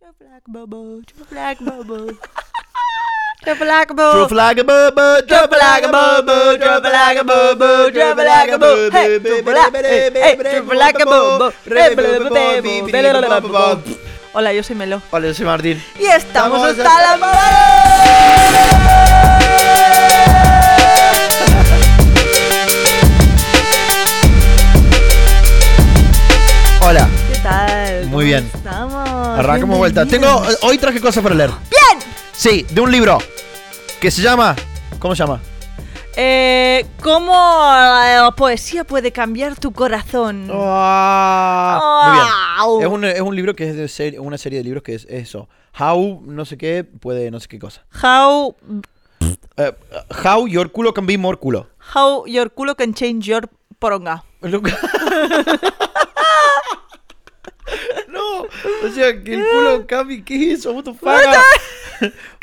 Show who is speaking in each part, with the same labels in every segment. Speaker 1: True Black Bubble, True Black Bubble. True
Speaker 2: True flag bubble, true flag bubble, true flag bubble, true flag bubble.
Speaker 1: Hey, true flag, hey, hey, true flag bubble. Hey, blah, blah, blah, blah, blah, blah. Hola, yo soy Melo.
Speaker 2: Hola, yo soy Martín.
Speaker 1: Y estamos
Speaker 2: Vamos a-
Speaker 1: hasta las madres.
Speaker 2: Hola.
Speaker 1: ¿Qué tal?
Speaker 2: Muy
Speaker 1: ¿Cómo
Speaker 2: bien.
Speaker 1: Estamos.
Speaker 2: Arrancamos vuelta. Tengo,
Speaker 1: Bienvenidos.
Speaker 2: hoy traje cosas para leer.
Speaker 1: ¡Bien!
Speaker 2: Sí, de un libro que se llama, ¿cómo se llama?
Speaker 1: Eh, ¿Cómo eh, la poesía puede cambiar tu corazón?
Speaker 2: Oh. Muy
Speaker 1: Wow.
Speaker 2: bien. Es un, es un libro que es de ser- una serie de libros que es eso. How no sé qué puede no sé qué cosa.
Speaker 1: How
Speaker 2: Eh, how your culo can be more culo.
Speaker 1: how your culo can change your poronga.
Speaker 2: Lo- no, o sea, que el culo cambie, ¿qué es eso? What the fuck? What the fuck?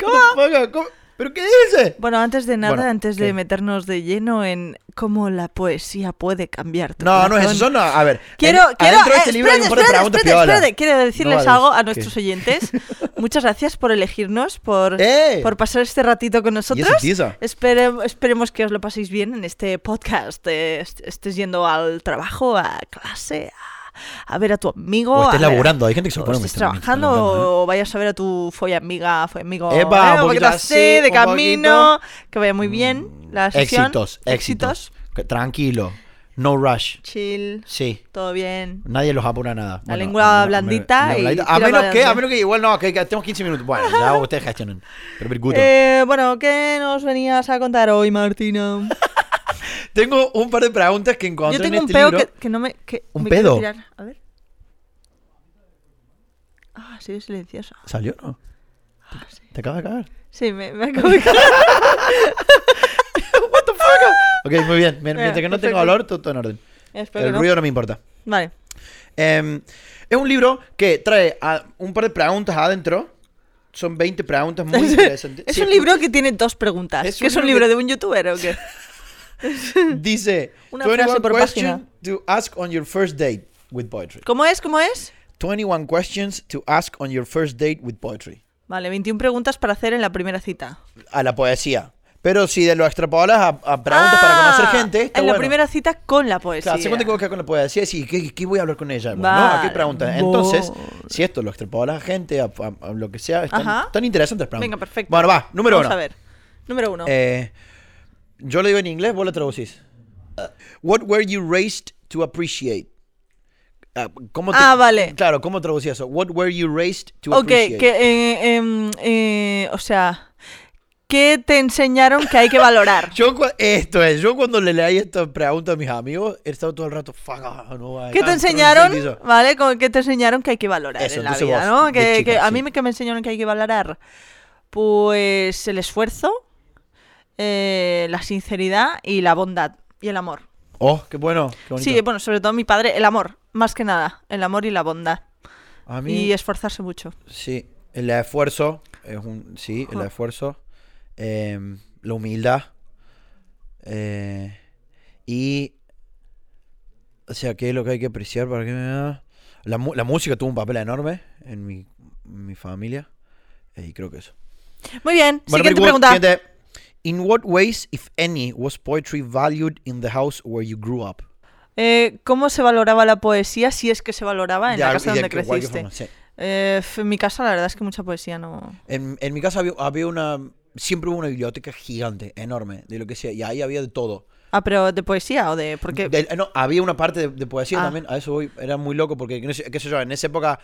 Speaker 2: ¿Cómo? ¿Pero qué dice?
Speaker 1: Bueno, antes de nada,
Speaker 2: Bueno,
Speaker 1: antes de
Speaker 2: ¿qué?
Speaker 1: meternos de lleno en cómo la poesía puede cambiar tu
Speaker 2: No,
Speaker 1: corazón.
Speaker 2: no es eso, no. A ver.
Speaker 1: Quiero,
Speaker 2: en-
Speaker 1: quiero,
Speaker 2: adentro de este
Speaker 1: eh,
Speaker 2: libro hay un par
Speaker 1: espérate, espérate,
Speaker 2: de preguntas
Speaker 1: espérate,
Speaker 2: piola.
Speaker 1: espérate. Quiero decirles
Speaker 2: No vales.
Speaker 1: algo a
Speaker 2: ¿Qué?
Speaker 1: nuestros oyentes. Muchas gracias por elegirnos, por,
Speaker 2: ¡Eh!
Speaker 1: por pasar este ratito con nosotros.
Speaker 2: tiza.
Speaker 1: Espere- esperemos que os lo paséis bien en este podcast. eh, est- estés yendo al trabajo, a clase, a, a ver a tu amigo.
Speaker 2: O estés
Speaker 1: a ver-
Speaker 2: laburando, hay gente que se
Speaker 1: o
Speaker 2: lo pone
Speaker 1: estés
Speaker 2: mientras- mientras
Speaker 1: trabajando
Speaker 2: laburando,
Speaker 1: o vayas a ver a tu folla amiga, folla amigo.
Speaker 2: ¿eh?
Speaker 1: eh,
Speaker 2: Epa,
Speaker 1: un
Speaker 2: un poquito
Speaker 1: poquito así,
Speaker 2: así,
Speaker 1: de
Speaker 2: un
Speaker 1: camino. Que vaya muy bien la sesión.
Speaker 2: Éxitos, éxitos. Que- Tranquilo. No rush.
Speaker 1: Chill,
Speaker 2: Sí.
Speaker 1: todo bien.
Speaker 2: Nadie los apura a nada. Bueno,
Speaker 1: lengua
Speaker 2: a- a-
Speaker 1: blandita
Speaker 2: la
Speaker 1: y
Speaker 2: blandita.
Speaker 1: tira
Speaker 2: A menos
Speaker 1: para
Speaker 2: que, a
Speaker 1: adelante.
Speaker 2: menos que, igual no, que, que tenemos 15 minutos. Bueno, ya ustedes gestionen. Pero percuto.
Speaker 1: Eh, bueno, ¿qué nos venías a contar hoy, Martina?
Speaker 2: Tengo un par de preguntas que encontré
Speaker 1: Yo tengo
Speaker 2: en
Speaker 1: un
Speaker 2: este
Speaker 1: pedo que,
Speaker 2: libro.
Speaker 1: que no me. que
Speaker 2: ¿Un
Speaker 1: me quiero
Speaker 2: pedo?
Speaker 1: tirar. A ver. Ah, sigue silenciosa.
Speaker 2: ¿Salió no?
Speaker 1: Ah, sí.
Speaker 2: ¿Te acabas de cagar?
Speaker 1: Sí, me, me acabo de caer.
Speaker 2: What the fuck? Ok, muy bien. Mien-
Speaker 1: Bien,
Speaker 2: Mientras que no tengo
Speaker 1: perfecto.
Speaker 2: valor, todo, todo en orden.
Speaker 1: Espero que
Speaker 2: el
Speaker 1: no.
Speaker 2: ruido no me importa.
Speaker 1: Vale.
Speaker 2: Em, es un libro que trae a- un par de preguntas adentro. Son 20 preguntas muy interesantes.
Speaker 1: Es
Speaker 2: Sí,
Speaker 1: un libro que tiene dos preguntas.
Speaker 2: Es
Speaker 1: ¿Que
Speaker 2: un
Speaker 1: es un
Speaker 2: libro
Speaker 1: libro de
Speaker 2: que-
Speaker 1: un youtuber o qué?
Speaker 2: Dice:
Speaker 1: Una frase
Speaker 2: 21
Speaker 1: por
Speaker 2: questions
Speaker 1: página.
Speaker 2: to ask on your first date with poetry.
Speaker 1: ¿Cómo es? ¿Cómo es?
Speaker 2: 21 questions to ask on your first date with poetry.
Speaker 1: Vale, 21 preguntas para hacer en la primera cita.
Speaker 2: A la poesía. Pero si de lo extrapolas a, a preguntas para conocer gente, está
Speaker 1: Ah, En la
Speaker 2: bueno.
Speaker 1: primera cita con la poesía.
Speaker 2: Claro, se cuenta que voy a quedar con la poesía y decir, ¿qué, qué voy a hablar con ella? Bueno, ¿no? ¿A qué
Speaker 1: ah. Vale,
Speaker 2: preguntas? Entonces,
Speaker 1: voy.
Speaker 2: si esto lo extrapolas a gente, a, a- a lo que sea,
Speaker 1: Ajá.
Speaker 2: están, tan interesantes las preguntas.
Speaker 1: Venga, perfecto.
Speaker 2: Bueno, va, número
Speaker 1: Vamos
Speaker 2: uno.
Speaker 1: a ver. Número uno.
Speaker 2: Eh, yo lo digo en inglés, vos lo traducís. What were you raised to appreciate? Ah, ¿cómo te-
Speaker 1: Ah, vale.
Speaker 2: Claro, ¿cómo traducía eso? What were you raised to
Speaker 1: ok,
Speaker 2: appreciate?
Speaker 1: que. eh, em, eh, o sea. ¿Qué te enseñaron que hay que valorar?
Speaker 2: Yo, cua- esto es, yo cuando le leí esta pregunta a mis amigos, he estado todo el rato, fuck, ah, no, I
Speaker 1: ¿Qué te
Speaker 2: can't
Speaker 1: enseñaron?
Speaker 2: translate this".
Speaker 1: ¿Vale? Con- ¿Qué te enseñaron que hay que valorar
Speaker 2: Eso,
Speaker 1: en la
Speaker 2: entonces
Speaker 1: vida,
Speaker 2: vos,
Speaker 1: no?
Speaker 2: de
Speaker 1: Que,
Speaker 2: chica,
Speaker 1: que a
Speaker 2: sí.
Speaker 1: mí me que me enseñaron que hay que valorar. Pues el esfuerzo, eh, la sinceridad y la bondad y el amor.
Speaker 2: Oh, qué bueno, qué bonito.
Speaker 1: Sí, bueno, sobre todo mi padre, el amor, más que nada, el amor y la bondad.
Speaker 2: A mí-
Speaker 1: Y esforzarse mucho.
Speaker 2: Sí, el esfuerzo es un sí, el
Speaker 1: Ajá.
Speaker 2: esfuerzo, em, la humildad eh, y o sea, qué es lo que hay que apreciar para que la, mu- la música tuvo un papel enorme en mi, en mi familia eh, y creo que eso.
Speaker 1: Muy bien,
Speaker 2: Bueno,
Speaker 1: siguiente
Speaker 2: Mirko,
Speaker 1: pregunta.
Speaker 2: siguiente. In what ways, if any, was poetry valued in the house where you grew up?
Speaker 1: Eh, ¿Cómo se valoraba la poesía si es que se valoraba Ah, en
Speaker 2: De
Speaker 1: la
Speaker 2: al-
Speaker 1: casa
Speaker 2: y de
Speaker 1: donde
Speaker 2: que- cualquier
Speaker 1: creciste?
Speaker 2: forma, sí.
Speaker 1: Eh, f- en mi casa la verdad es que mucha poesía no...
Speaker 2: En, en mi casa había, había una. Siempre hubo una biblioteca gigante, enorme, de lo que sea, y ahí había de todo.
Speaker 1: Ah, pero de poesía o de... Porque...
Speaker 2: De- eh, no, había una parte de, de poesía
Speaker 1: Ah.
Speaker 2: también, a eso voy, era muy loco, porque, no sé- qué sé yo, en esa época.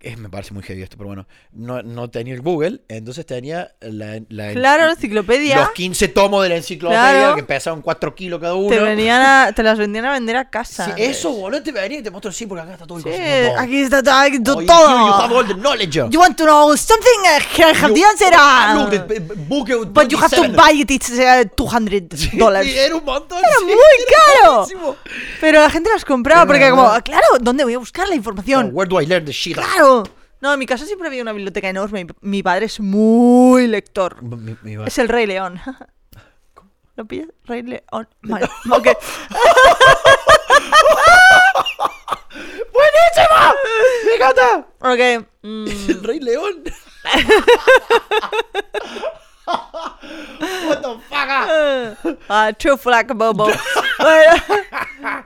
Speaker 2: eh, me parece muy heavy esto, pero bueno. No, no tenía el Google, entonces tenía la. la-
Speaker 1: Claro, la enciclopedia.
Speaker 2: Los 15 tomos de la enciclopedia
Speaker 1: Claro.
Speaker 2: que pesaban 4 kilos cada uno.
Speaker 1: Te, venían a- te las vendían a vender a casa.
Speaker 2: Sí, eso, boludo, te venía y te muestro, sí, porque acá está todo el
Speaker 1: Sí,
Speaker 2: conocimiento, todo.
Speaker 1: aquí está todo. Aquí está
Speaker 2: Oh, you- You, have
Speaker 1: todo.
Speaker 2: all the knowledge.
Speaker 1: You want to know something? Uh, Here, have the
Speaker 2: You-
Speaker 1: answer. uh,
Speaker 2: Look, the- the book eh, of
Speaker 1: but you have to
Speaker 2: 27.
Speaker 1: buy it. It's uh, 200
Speaker 2: Sí, eh.
Speaker 1: dólares.
Speaker 2: sí, Era un montón.
Speaker 1: Era
Speaker 2: sí,
Speaker 1: muy
Speaker 2: era
Speaker 1: caro.
Speaker 2: carísimo.
Speaker 1: Pero la gente las compraba
Speaker 2: Era
Speaker 1: porque como,
Speaker 2: verdad.
Speaker 1: claro, ¿dónde voy a buscar la
Speaker 2: No,
Speaker 1: información?
Speaker 2: Where do I learn the shit? Ah,
Speaker 1: Claro. No, en mi casa siempre había una biblioteca enorme. Mi, mi padre es muy lector.
Speaker 2: Mi- mi- mi-
Speaker 1: Es el Rey León. ¿Lo pillas? Rey León. Vale, ok.
Speaker 2: ¡Buenísimo! ¡Me encanta!
Speaker 1: Ok. mm,
Speaker 2: El Rey León. What the fuck?
Speaker 1: ah, True Flag Bobo. Bueno,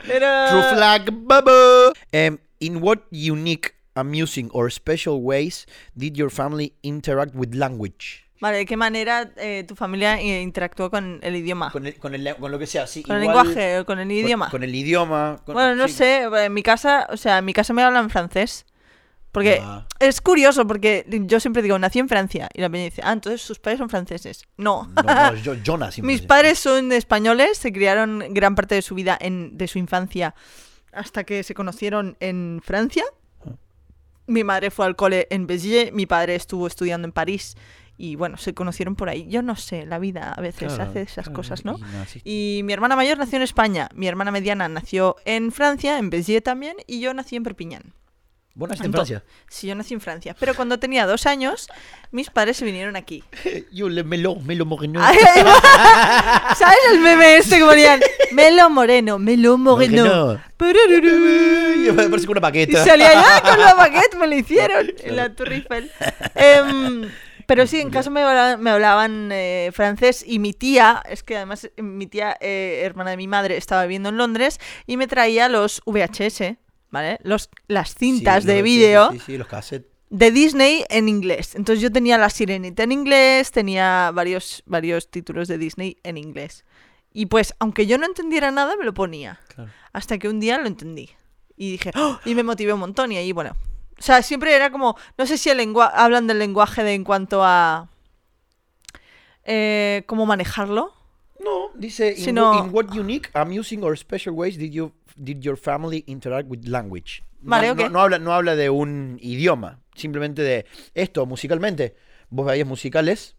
Speaker 1: pero-
Speaker 2: True flag, bubble.
Speaker 1: Em,
Speaker 2: Um, in what unique, amusing, or special ways did your family interact with language?
Speaker 1: Vale, ¿de qué manera eh, tu familia eh, interactuó con el idioma? Con,
Speaker 2: Con, el, con, el, con lo que sea, sí.
Speaker 1: el
Speaker 2: igual-
Speaker 1: lenguaje, con el
Speaker 2: con-
Speaker 1: idioma.
Speaker 2: Con, el idioma. con-
Speaker 1: Bueno, no
Speaker 2: sí.
Speaker 1: sé, eh, en mi casa, o sea, en mi casa me hablan francés. Porque
Speaker 2: Ah.
Speaker 1: es curioso, porque yo siempre digo, nací en Francia. Y la peña dice, ah, entonces sus padres son franceses. No.
Speaker 2: No, no, yo, Jonas. siempre
Speaker 1: Mis
Speaker 2: sé.
Speaker 1: padres son españoles, se criaron gran parte de su vida, en, de su infancia, hasta que se conocieron en Francia.
Speaker 2: Mm.
Speaker 1: Mi madre fue al cole en Béziers, mi padre estuvo estudiando en París y bueno, se conocieron por ahí. Yo no sé, la vida a veces
Speaker 2: Claro,
Speaker 1: hace esas
Speaker 2: claro,
Speaker 1: cosas, ¿no?
Speaker 2: y naciste-
Speaker 1: Y mi hermana mayor nació en España, mi hermana mediana nació en Francia, en Béziers también, y yo nací en Perpiñán.
Speaker 2: Vos naciste en
Speaker 1: Ento-
Speaker 2: Francia.
Speaker 1: Sí, yo nací en Francia, pero cuando tenía dos años, mis padres se vinieron aquí.
Speaker 2: Yo le melo, melo moreno.
Speaker 1: Ay, ay, va. ¿Sabes el meme este que ponían? Melo Moreno, Melo Moreno.
Speaker 2: Moreno.
Speaker 1: Parararú.
Speaker 2: Y me parece que una
Speaker 1: Y
Speaker 2: paqueta.
Speaker 1: salía ya con la baguette, me lo hicieron en la Tour Eiffel. Em, pero sí, en casa me hablaban, me hablaban, eh, francés y mi tía, es que además eh, mi tía, eh, hermana de mi madre, estaba viviendo en Londres y me traía los VHS, ¿vale? Los, las cintas
Speaker 2: Sí,
Speaker 1: de
Speaker 2: sí,
Speaker 1: vídeo
Speaker 2: Sí, sí, los cassettes.
Speaker 1: de Disney en inglés. Entonces yo tenía La Sirenita en inglés, tenía varios, varios títulos de Disney en inglés. Y pues, aunque yo no entendiera nada, me lo ponía.
Speaker 2: Claro.
Speaker 1: Hasta que un día lo entendí. Y dije, ¡oh! y me motivé un montón. Y ahí, bueno. O sea, siempre era como, no sé si el lengua hablan del lenguaje de en cuanto a eh, cómo manejarlo.
Speaker 2: No, dice,
Speaker 1: Si
Speaker 2: in,
Speaker 1: no-
Speaker 2: wh- in what unique, amusing or special ways did, you, did your family interact with language? No-
Speaker 1: Vale,
Speaker 2: no,
Speaker 1: ok.
Speaker 2: no habla, no habla de un idioma, simplemente de esto, musicalmente. Vos veías musicales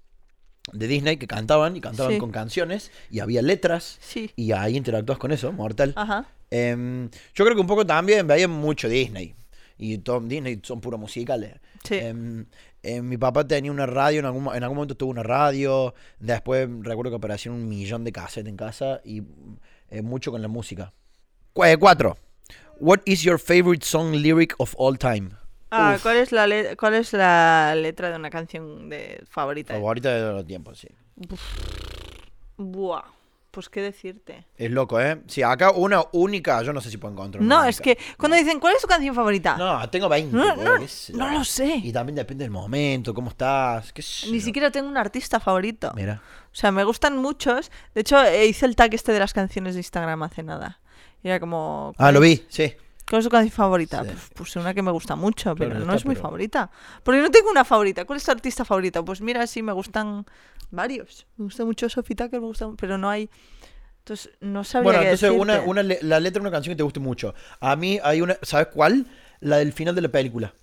Speaker 2: de Disney que cantaban y cantaban
Speaker 1: Sí.
Speaker 2: con canciones y había letras
Speaker 1: Sí.
Speaker 2: y ahí interactuás con eso, mortal.
Speaker 1: Ajá.
Speaker 2: Em, yo creo que un poco también veía mucho Disney. Y Tom Disney son puros musicales.
Speaker 1: Sí.
Speaker 2: Em, em, mi papá tenía una radio, en algún, mo- en algún momento tuvo una radio. Después recuerdo que aparecieron un millón de cassettes en casa y eh, mucho con la música. Cu- eh, cuatro. What is your favorite song lyric of all time?
Speaker 1: Ah,
Speaker 2: Uf,
Speaker 1: ¿cuál es, la le- ¿Cuál es la letra de una canción de favorita?
Speaker 2: favorita de todos los tiempos, sí.
Speaker 1: Buah. Pues qué decirte.
Speaker 2: Es loco, ¿eh? Sí, acá una única, yo no sé si puedo encontrar. una
Speaker 1: No, es
Speaker 2: única.
Speaker 1: que cuando dicen, ¿cuál es tu canción favorita?
Speaker 2: No, tengo 20.
Speaker 1: No,
Speaker 2: boludo,
Speaker 1: no,
Speaker 2: qué sé
Speaker 1: no
Speaker 2: yo.
Speaker 1: lo sé.
Speaker 2: Y también depende del momento, cómo estás, qué sé
Speaker 1: Ni
Speaker 2: yo.
Speaker 1: siquiera tengo un artista favorito.
Speaker 2: Mira.
Speaker 1: O sea, me gustan muchos. De hecho, eh, hice el tag este de las canciones de Instagram hace nada. Y era como...
Speaker 2: Ah, lo vi, sí.
Speaker 1: ¿Cuál es tu canción favorita?
Speaker 2: Sí.
Speaker 1: Pues puse una que me gusta mucho, pero
Speaker 2: Claro, ya
Speaker 1: no
Speaker 2: está,
Speaker 1: es mi
Speaker 2: pero-
Speaker 1: favorita. Porque no tengo una favorita. ¿Cuál es tu artista favorita? Pues mira, sí, me gustan varios. Me gusta mucho Sophie Tucker, me gusta... Pero no hay... Entonces, no sabría
Speaker 2: Bueno,
Speaker 1: qué
Speaker 2: entonces una,
Speaker 1: decirte.
Speaker 2: una le- la letra de una canción que te guste mucho. A mí hay una, ¿sabes cuál? La del final de la película,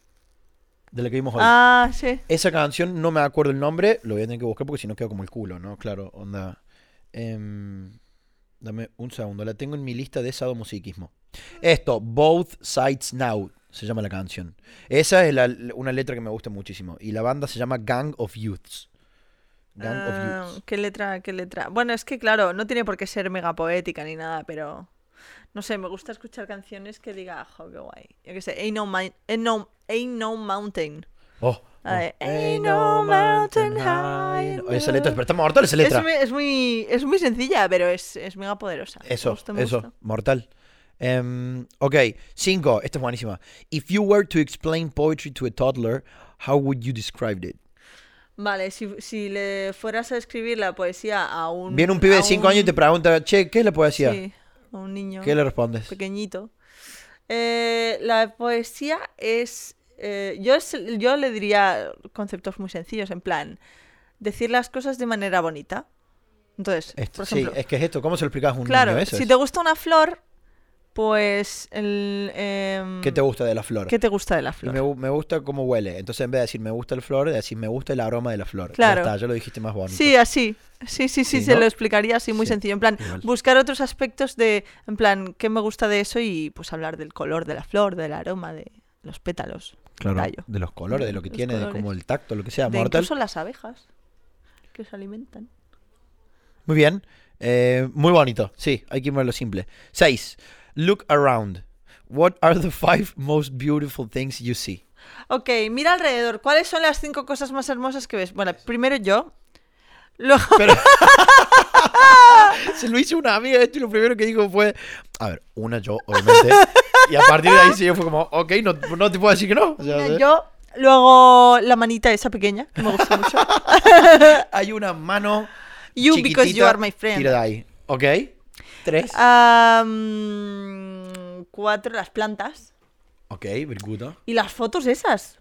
Speaker 2: de la que vimos hoy.
Speaker 1: Ah, sí.
Speaker 2: Esa canción no me acuerdo el nombre, lo voy a tener que buscar porque si no quedo como el culo, ¿no? Claro, onda. Em, dame un segundo, la tengo en mi lista de sadomasoquismo. Esto, Both Sides Now, se llama la canción. Esa es la- una letra que me gusta muchísimo. Y la banda se llama Gang of Youths. Gang
Speaker 1: Ah,
Speaker 2: of Youths.
Speaker 1: ¿Qué letra, qué letra? Bueno, es que claro, no tiene por qué ser mega poética ni nada, pero no sé, me gusta escuchar canciones que diga, jo, qué guay. Yo qué sé, Ain't No, Min- Ain't no, Ain't no Mountain.
Speaker 2: Oh,
Speaker 1: La
Speaker 2: oh.
Speaker 1: de, "Ain't no mountain high
Speaker 2: Oh, Esa letra,
Speaker 1: enough".
Speaker 2: pero está mortal esa letra.
Speaker 1: Es, muy- es muy, es muy sencilla, pero es, es mega poderosa. Me
Speaker 2: Eso,
Speaker 1: gusta, me
Speaker 2: eso,
Speaker 1: gusta.
Speaker 2: mortal. Em, ok, 5. Esta es buenísima. If you were to explain poetry to a toddler, how would you describe it?
Speaker 1: Vale, si, si le fueras a escribir la poesía a un...
Speaker 2: Viene un pibe
Speaker 1: a
Speaker 2: de 5 años y te pregunta, che, ¿qué es la poesía?
Speaker 1: Sí, a un niño.
Speaker 2: ¿Qué le respondes?
Speaker 1: pequeñito. Eh, la poesía es... eh, yo, es- yo le diría conceptos muy sencillos, en plan, decir las cosas de manera bonita. Entonces,
Speaker 2: Esto,
Speaker 1: por
Speaker 2: sí,
Speaker 1: ejemplo,
Speaker 2: es que es esto. ¿Cómo se lo explicas a un
Speaker 1: claro,
Speaker 2: niño eso?
Speaker 1: si
Speaker 2: Es-
Speaker 1: te gusta una flor, pues... El, em,
Speaker 2: ¿Qué te gusta de la flor?
Speaker 1: ¿qué te gusta de la
Speaker 2: Y
Speaker 1: flor?
Speaker 2: me, gu- me gusta cómo huele. Entonces, en vez de decir me gusta la flor, decís me gusta el aroma de la flor. Ya
Speaker 1: Claro.
Speaker 2: está, ya lo dijiste más bonito.
Speaker 1: Sí, así. Sí, sí, sí,
Speaker 2: Sí,
Speaker 1: se
Speaker 2: ¿no?
Speaker 1: lo explicaría así muy
Speaker 2: Sí,
Speaker 1: sencillo. En plan,
Speaker 2: igual.
Speaker 1: buscar otros aspectos de, en plan, qué me gusta de eso y pues hablar del color de la flor, del aroma, de los pétalos, del
Speaker 2: Claro,
Speaker 1: tallo.
Speaker 2: de los colores, de lo que
Speaker 1: Los
Speaker 2: tiene, de
Speaker 1: colores.
Speaker 2: como el tacto, lo que sea.
Speaker 1: De
Speaker 2: mortal.
Speaker 1: incluso las abejas que se alimentan.
Speaker 2: Muy bien. Eh, muy bonito. Sí, hay que irme a lo simple. 6. Look around. What are the five most beautiful things you see?
Speaker 1: Ok, mira alrededor. ¿Cuáles son las cinco cosas más hermosas que ves? Bueno, primero yo. Luego,
Speaker 2: Pero... Se lo hice una amiga esto y lo primero que dijo fue... A ver, una yo, obviamente. y a partir de ahí sí yo fue como, ok, no, no te puedo decir que no. O sea,
Speaker 1: mira yo. Luego la manita esa pequeña, que me gusta mucho.
Speaker 2: Hay una mano
Speaker 1: You,
Speaker 2: chiquitita,
Speaker 1: because you are my friend. Ah.
Speaker 2: Tira de ahí, ok. Tres.
Speaker 1: Am, cuatro, las plantas.
Speaker 2: Ok, virguto.
Speaker 1: Y las fotos esas.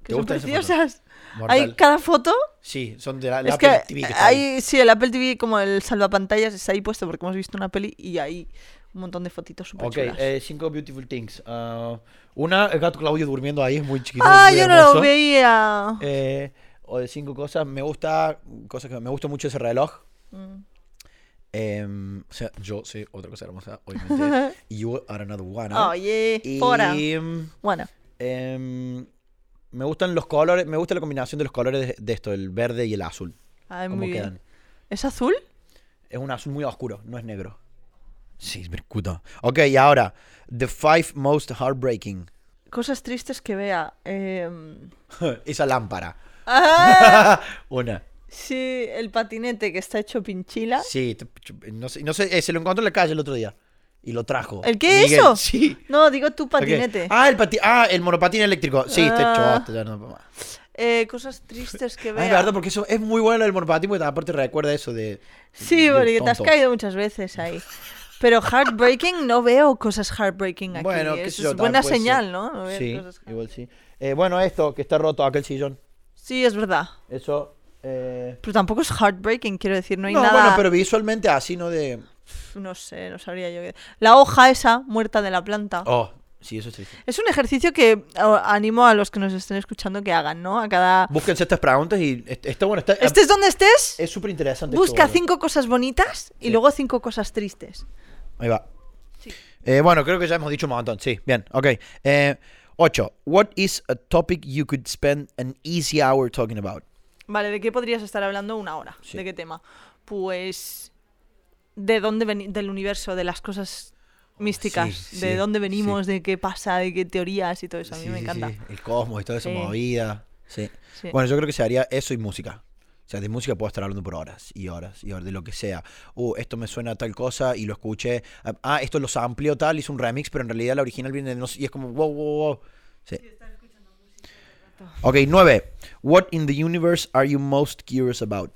Speaker 1: Que
Speaker 2: ¿Te
Speaker 1: son
Speaker 2: gustan esas fotos?
Speaker 1: preciosas.
Speaker 2: Mortal.
Speaker 1: Hay cada foto.
Speaker 2: Sí, son de la, la
Speaker 1: es que,
Speaker 2: Apple TV que está ahí.
Speaker 1: hay, sí, el Apple TV como el salvapantallas está ahí puesto porque hemos visto una peli y hay un montón de fotitos súper
Speaker 2: Ok, eh, cinco beautiful things. Ah, una, el gato Claudio durmiendo ahí, es muy chiquito.
Speaker 1: ah,
Speaker 2: es muy
Speaker 1: yo no
Speaker 2: hermoso.
Speaker 1: lo veía.
Speaker 2: Eh, o de cinco cosas, me gusta, cosas que me gusta mucho ese reloj.
Speaker 1: Mm.
Speaker 2: Em, o sea, yo sé otra cosa hermosa, obviamente. you are another one. ¿no?
Speaker 1: Oye,
Speaker 2: y,
Speaker 1: fora.
Speaker 2: em,
Speaker 1: Bueno,
Speaker 2: em, me gustan los colores, me gusta la combinación de los colores de, de esto, el verde y el azul.
Speaker 1: ay,
Speaker 2: cómo
Speaker 1: muy bien.
Speaker 2: quedan.
Speaker 1: ¿Es azul?
Speaker 2: Es un azul muy oscuro, no es negro. Sí, es percuto. Ok, y ahora, the five most heartbreaking.
Speaker 1: Cosas tristes que vea. em.
Speaker 2: Esa lámpara.
Speaker 1: Ah,
Speaker 2: Una.
Speaker 1: sí, el patinete que está hecho pinchila.
Speaker 2: Sí, te- ch- no sé, no sé, eh, se lo encontró en la calle el otro día. Y lo trajo.
Speaker 1: ¿El qué,
Speaker 2: Miguel,
Speaker 1: eso?
Speaker 2: Sí.
Speaker 1: No, digo tu
Speaker 2: Ok.
Speaker 1: patinete.
Speaker 2: Ah, el pati- ah, el monopatín eléctrico. Sí, te
Speaker 1: Ah.
Speaker 2: chobaste, ya no. Ah,
Speaker 1: Eh, cosas tristes que vea.
Speaker 2: es verdad, porque eso es muy bueno el monopatín, porque aparte recuerda eso de.
Speaker 1: Sí,
Speaker 2: de
Speaker 1: porque te has
Speaker 2: tonto.
Speaker 1: caído muchas veces ahí. Pero heartbreaking, no veo cosas heartbreaking aquí.
Speaker 2: Bueno, qué
Speaker 1: Eso
Speaker 2: sé yo,
Speaker 1: es
Speaker 2: también
Speaker 1: buena
Speaker 2: puede ser.
Speaker 1: señal, ¿no? No ver
Speaker 2: Sí,
Speaker 1: cosas heart-
Speaker 2: igual sí. Eh, bueno, esto, que está roto aquel sillón.
Speaker 1: Sí, es verdad.
Speaker 2: Eso. eh,
Speaker 1: Pero tampoco es heartbreaking, quiero decir, no hay
Speaker 2: no,
Speaker 1: nada.
Speaker 2: bueno, pero visualmente así, ¿no? De.
Speaker 1: Pf, No sé, no sabría yo qué. La hoja esa, muerta de la planta.
Speaker 2: Oh, sí, eso es triste.
Speaker 1: Es un ejercicio que o, animo a los que nos estén escuchando que hagan, ¿no? A cada.
Speaker 2: Búsquense estas preguntas y. est- Está bueno, está.
Speaker 1: Estés donde estés,
Speaker 2: Es súper interesante.
Speaker 1: Este busca cinco cosas bonitas y
Speaker 2: Sí.
Speaker 1: luego cinco cosas tristes.
Speaker 2: Ahí va.
Speaker 1: Sí.
Speaker 2: Eh, bueno, creo que ya hemos dicho un montón. Sí, bien, ok. Eh, ocho. What is a topic you could spend an easy hour talking about?
Speaker 1: Vale, ¿de qué podrías estar hablando una hora?
Speaker 2: Sí.
Speaker 1: ¿De qué tema? Pues de dónde veni- del universo, de las cosas místicas,
Speaker 2: sí,
Speaker 1: de
Speaker 2: sí,
Speaker 1: dónde venimos, de qué pasa, de qué teorías y todo eso. A mí
Speaker 2: Sí,
Speaker 1: me
Speaker 2: sí,
Speaker 1: encanta.
Speaker 2: sí. El cosmos y toda esa
Speaker 1: Sí.
Speaker 2: movida. Sí.
Speaker 1: Sí.
Speaker 2: Bueno, yo creo que se haría eso y música. O sea, de música puedo estar hablando por horas y horas y horas de lo que sea. Uh, esto me suena a tal cosa y lo escuché. Ah, Ah, esto los amplió tal, hizo un remix, pero en realidad la original viene de no sé- Y es como, wow, wow, wow. Sí. Ok, nueve. What in the universe are you most curious about?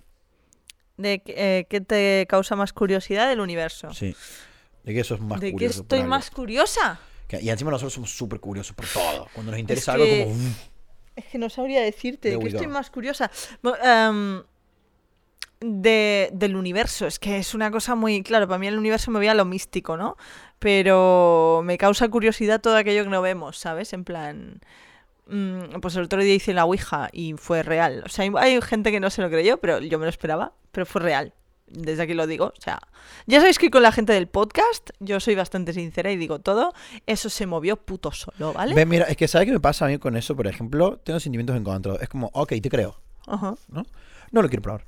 Speaker 1: ¿De qué- eh, qué te causa más curiosidad del universo?
Speaker 2: Sí. De que eso es más
Speaker 1: ¿De qué
Speaker 2: curioso. por
Speaker 1: estoy
Speaker 2: algo.
Speaker 1: más curiosa?
Speaker 2: Que- Y encima nosotros somos súper curiosos por todo. Cuando nos interesa
Speaker 1: que-
Speaker 2: algo, como. "Mm, "Uf".
Speaker 1: Es que no sabría decirte,
Speaker 2: There
Speaker 1: ¿de qué
Speaker 2: we go.
Speaker 1: estoy más curiosa? Bu- em, de, del universo, es que es una cosa muy... Claro, para mí el universo me veía lo místico, ¿no? Pero me causa curiosidad todo aquello que no vemos, ¿sabes? En plan... mm, Pues el otro día hice la Ouija y fue real. O sea, hay, hay gente que no se lo creyó, pero yo me lo esperaba, pero fue real. Desde aquí lo digo. O sea, ya sabéis que con la gente del podcast yo soy bastante sincera y digo todo. Eso se movió puto solo, ¿vale?
Speaker 2: Ve, mira, es que ¿sabes qué me pasa a mí con eso? Por ejemplo, tengo sentimientos encontrados. Es como, ok, te creo,
Speaker 1: Ajá.
Speaker 2: ¿no? No lo quiero probar.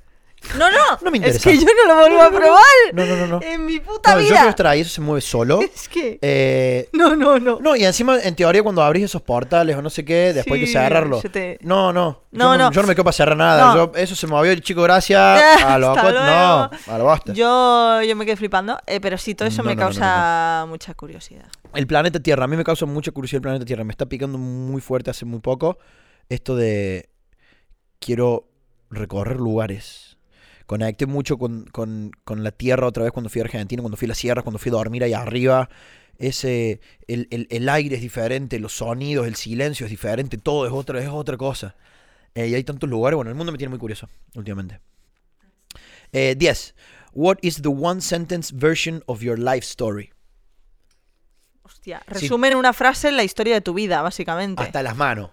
Speaker 1: No, no.
Speaker 2: No me
Speaker 1: Es
Speaker 2: interesa.
Speaker 1: que yo no lo vuelvo a probar.
Speaker 2: No, no, no, no.
Speaker 1: En mi puta
Speaker 2: No, yo
Speaker 1: vida.
Speaker 2: creo que estar ahí, eso se mueve solo.
Speaker 1: Es que.
Speaker 2: Eh,
Speaker 1: No, no, no.
Speaker 2: no, y encima, en teoría, cuando abrís esos portales o no sé qué, después hay que
Speaker 1: Sí,
Speaker 2: cerrarlo.
Speaker 1: se te-
Speaker 2: No, no. Yo
Speaker 1: No, no.
Speaker 2: Yo no me quedo para cerrar nada.
Speaker 1: No.
Speaker 2: Yo- eso se movió el chico, gracias.
Speaker 1: Ya,
Speaker 2: a lo
Speaker 1: hasta
Speaker 2: acot-
Speaker 1: luego.
Speaker 2: No, a lo basta.
Speaker 1: Yo, yo me quedé flipando, eh, pero sí, todo eso
Speaker 2: No,
Speaker 1: me
Speaker 2: no, no, no,
Speaker 1: causa mucha curiosidad.
Speaker 2: El planeta Tierra, a mí me causa mucha curiosidad el planeta Tierra. Me está picando muy fuerte hace muy poco esto de quiero recorrer lugares. Conecté mucho con, con- con la Tierra otra vez cuando fui a Argentina, cuando fui a la sierra, cuando fui a dormir ahí arriba. Ese, el, el- el aire es diferente, los sonidos, el silencio es diferente, todo es otra, es otra cosa. Eh, y hay tantos lugares. Bueno, el mundo me tiene muy curioso últimamente. Eh, 10. What is the one sentence version of your life story?
Speaker 1: Hostia,
Speaker 2: Sí.
Speaker 1: resumen en una frase la historia de tu vida, básicamente.
Speaker 2: Hasta las manos.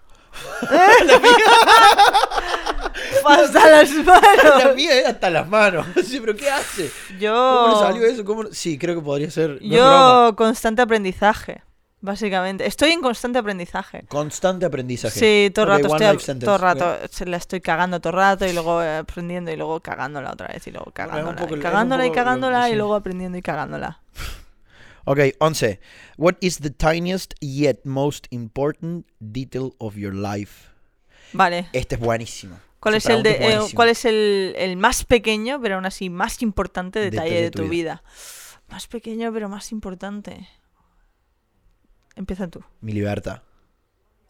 Speaker 1: Hasta las
Speaker 2: La
Speaker 1: manos.
Speaker 2: mía era hasta las manos. Sí, pero ¿qué hace? ¿Cómo le
Speaker 1: Yo,
Speaker 2: salió eso? ¿Cómo no? Sí, creo que podría ser. no es broma.
Speaker 1: yo constante aprendizaje, básicamente. Estoy en constante aprendizaje.
Speaker 2: Constante aprendizaje.
Speaker 1: Sí, todo el
Speaker 2: Ok,
Speaker 1: rato,
Speaker 2: one
Speaker 1: estoy,
Speaker 2: life
Speaker 1: a-
Speaker 2: sentence.
Speaker 1: todo el rato se la estoy cagando todo el rato y luego eh, aprendiendo y luego cagándola otra vez y luego
Speaker 2: Bueno, es un
Speaker 1: cagándola,
Speaker 2: poco-
Speaker 1: y
Speaker 2: es un
Speaker 1: cagándola y
Speaker 2: poco lo-
Speaker 1: cagándola y
Speaker 2: sí.
Speaker 1: luego aprendiendo y cagándola.
Speaker 2: Ok, 11. What is the tiniest yet most important detail of your life?
Speaker 1: Vale.
Speaker 2: Este es buenísimo.
Speaker 1: ¿Cuál es,
Speaker 2: Esta
Speaker 1: el, de,
Speaker 2: pregunta
Speaker 1: eh,
Speaker 2: buenísima.
Speaker 1: ¿Cuál es el, el más pequeño, pero aún así más importante detalle de, tu, vida. Más pequeño, pero más importante. Empieza tú.
Speaker 2: Mi libertad.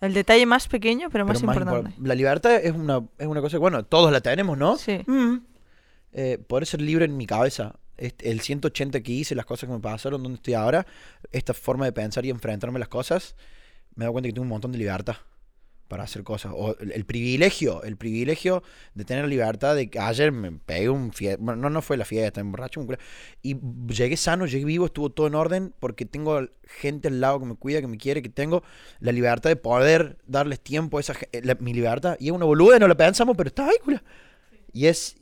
Speaker 1: El detalle más pequeño, pero más
Speaker 2: Pero más
Speaker 1: importante.
Speaker 2: impor- La libertad es una, es una cosa que, bueno, todos la tenemos, ¿no?
Speaker 1: Sí.
Speaker 2: Mm. Eh, poder ser libre en mi cabeza. Este- el 180 que hice, las cosas que me pasaron, donde estoy ahora, esta forma de pensar y enfrentarme a las cosas, me doy cuenta que tengo un montón de libertad para hacer cosas. O el, el privilegio, el privilegio de tener libertad de que ayer me pegué un fiesta, no, no fue la fiesta, me emborraché un culo. y llegué sano, llegué vivo, estuvo todo en orden porque tengo gente al lado que me cuida, que me quiere, que tengo la libertad de poder darles tiempo a esa ge- eh, la- mi libertad. Y es una boluda, no la pensamos, pero está ahí, culo. Y es,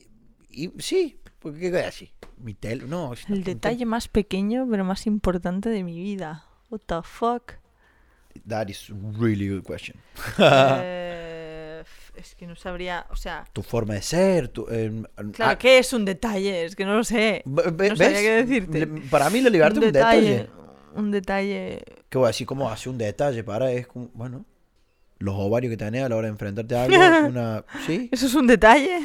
Speaker 2: y sí, porque qué queda así. Mi tel, no. es-
Speaker 1: El detalle más pequeño, pero más importante de mi vida. What the fuck.
Speaker 2: That is really good question.
Speaker 1: Eh, f- es que no sabría. O sea,
Speaker 2: Tu forma de ser, tu. em,
Speaker 1: claro,
Speaker 2: ah,
Speaker 1: ¿qué es un detalle? Es que no lo sé.
Speaker 2: ve- ve-
Speaker 1: no sabía
Speaker 2: ¿Ves?
Speaker 1: qué decirte.
Speaker 2: Le- Para mí la libertad es un detalle.
Speaker 1: Un detalle.
Speaker 2: Que voy a decir, ¿cómo hace un detalle? Para, es como, bueno, los ovarios que tenés a la hora de enfrentarte a algo, una, sí,
Speaker 1: ¿Eso es un detalle?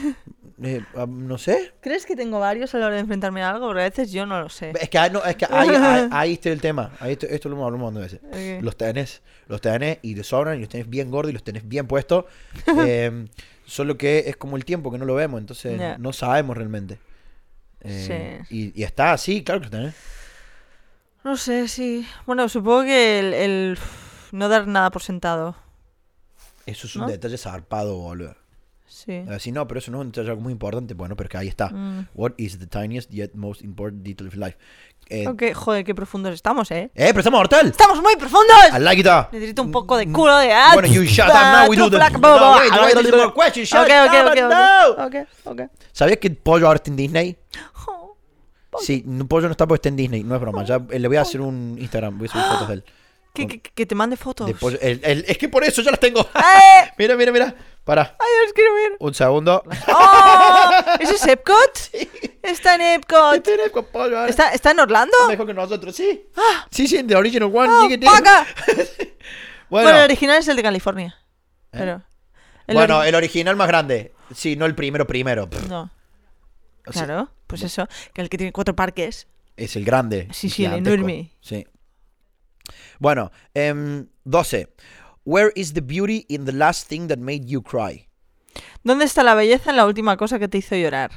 Speaker 2: eh, ah, no sé.
Speaker 1: ¿Crees que tengo varios a la hora de enfrentarme a algo? Porque a veces yo no lo sé.
Speaker 2: Es que, ah, no, es que ahí, ahí, ahí está el tema, ahí esto, esto lo hemos hablado un montón de veces.
Speaker 1: Ok.
Speaker 2: Los tenés, los tenés y te sobran y los tenés bien gordos y los tenés bien puestos. Eh, solo que es como el tiempo que no lo vemos, entonces
Speaker 1: Ya.
Speaker 2: no sabemos realmente. Eh, y, y está así, claro que los tenés.
Speaker 1: No sé, sí. Bueno, supongo que el, el no dar nada por sentado.
Speaker 2: Eso es un
Speaker 1: ¿No?
Speaker 2: detalle zarpado, boludo.
Speaker 1: Sí.
Speaker 2: A ver, Eh, si no, pero eso no es un detalle algo muy importante. Bueno, pero es que ahí está.
Speaker 1: Mm.
Speaker 2: What is the tiniest yet most important detail of life? Eh,
Speaker 1: Ok, joder, qué profundos estamos, ¿eh?
Speaker 2: ¡Eh, pero está mortal!
Speaker 1: ¡Estamos muy profundos!
Speaker 2: I like it! uh.
Speaker 1: Necesito un poco de culo de ah,
Speaker 2: Bueno, you shut up now, we do the...
Speaker 1: trufa,
Speaker 2: No,
Speaker 1: bla, bla, bla,
Speaker 2: wait,
Speaker 1: bla,
Speaker 2: wait,
Speaker 1: bla,
Speaker 2: there's
Speaker 1: bla.
Speaker 2: more questions, shut
Speaker 1: Ok,
Speaker 2: up,
Speaker 1: ok, ok,
Speaker 2: but
Speaker 1: ok.
Speaker 2: no.
Speaker 1: Ok, ok.
Speaker 2: ¿Sabías que Pollo ahora está en Disney?
Speaker 1: Oh,
Speaker 2: Sí, no, Pollo no está porque está en Disney, no es broma. Ya eh, le voy a hacer un Instagram, voy a subir fotos de él.
Speaker 1: Que,
Speaker 2: Con-
Speaker 1: que, que te mande fotos.
Speaker 2: de Pollo. El- el- es que por eso ya las tengo.
Speaker 1: ¡Eh!
Speaker 2: mira, mira, mira. Para,
Speaker 1: ¡Ay, os quiero ver!
Speaker 2: un segundo.
Speaker 1: ¡Oh! ¿Eso es Epcot? Está en Epcot.
Speaker 2: Estoy con Este Pollo ahora.
Speaker 1: ¿Está, Ah. está en Orlando?
Speaker 2: mejor que nosotros, sí. Sí, sí, en The Original One.
Speaker 1: ¡Oh,
Speaker 2: sí que tiene-
Speaker 1: paca!
Speaker 2: Bueno, ¿Eh?
Speaker 1: Bueno, el original es el de California. Pero. el
Speaker 2: bueno,
Speaker 1: ori-
Speaker 2: el original más grande. Sí, no el primero, primero. Pff,
Speaker 1: No.
Speaker 2: o sea,
Speaker 1: Claro, pues eso. Que el que tiene cuatro parques.
Speaker 2: Es el grande.
Speaker 1: Sí, sí, el
Speaker 2: gigantesco.
Speaker 1: enorme.
Speaker 2: Sí. Bueno, em, 12. Where is the beauty in the last thing that made you cry?
Speaker 1: ¿Dónde está la belleza en la última cosa que te hizo llorar?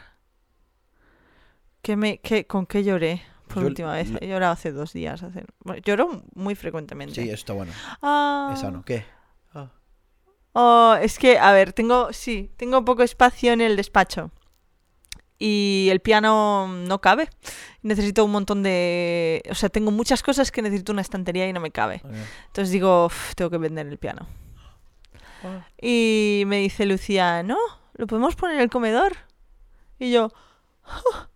Speaker 1: ¿Qué me, qué, ¿Con qué lloré por
Speaker 2: Yo-
Speaker 1: última vez?
Speaker 2: la-
Speaker 1: He llorado hace dos días. Hace... bueno, lloro muy frecuentemente.
Speaker 2: Sí, eso está bueno.
Speaker 1: Ah.
Speaker 2: Es sano. ¿Qué?
Speaker 1: Oh, es que, a ver, tengo, sí, tengo poco espacio en el despacho. Y el piano no cabe. Necesito un montón de... O sea, tengo muchas cosas que necesito una estantería y no me cabe. Entonces digo, "Uf, tengo que vender el piano. Y me dice Lucía, no, lo podemos poner en el comedor. Y yo, "Ah,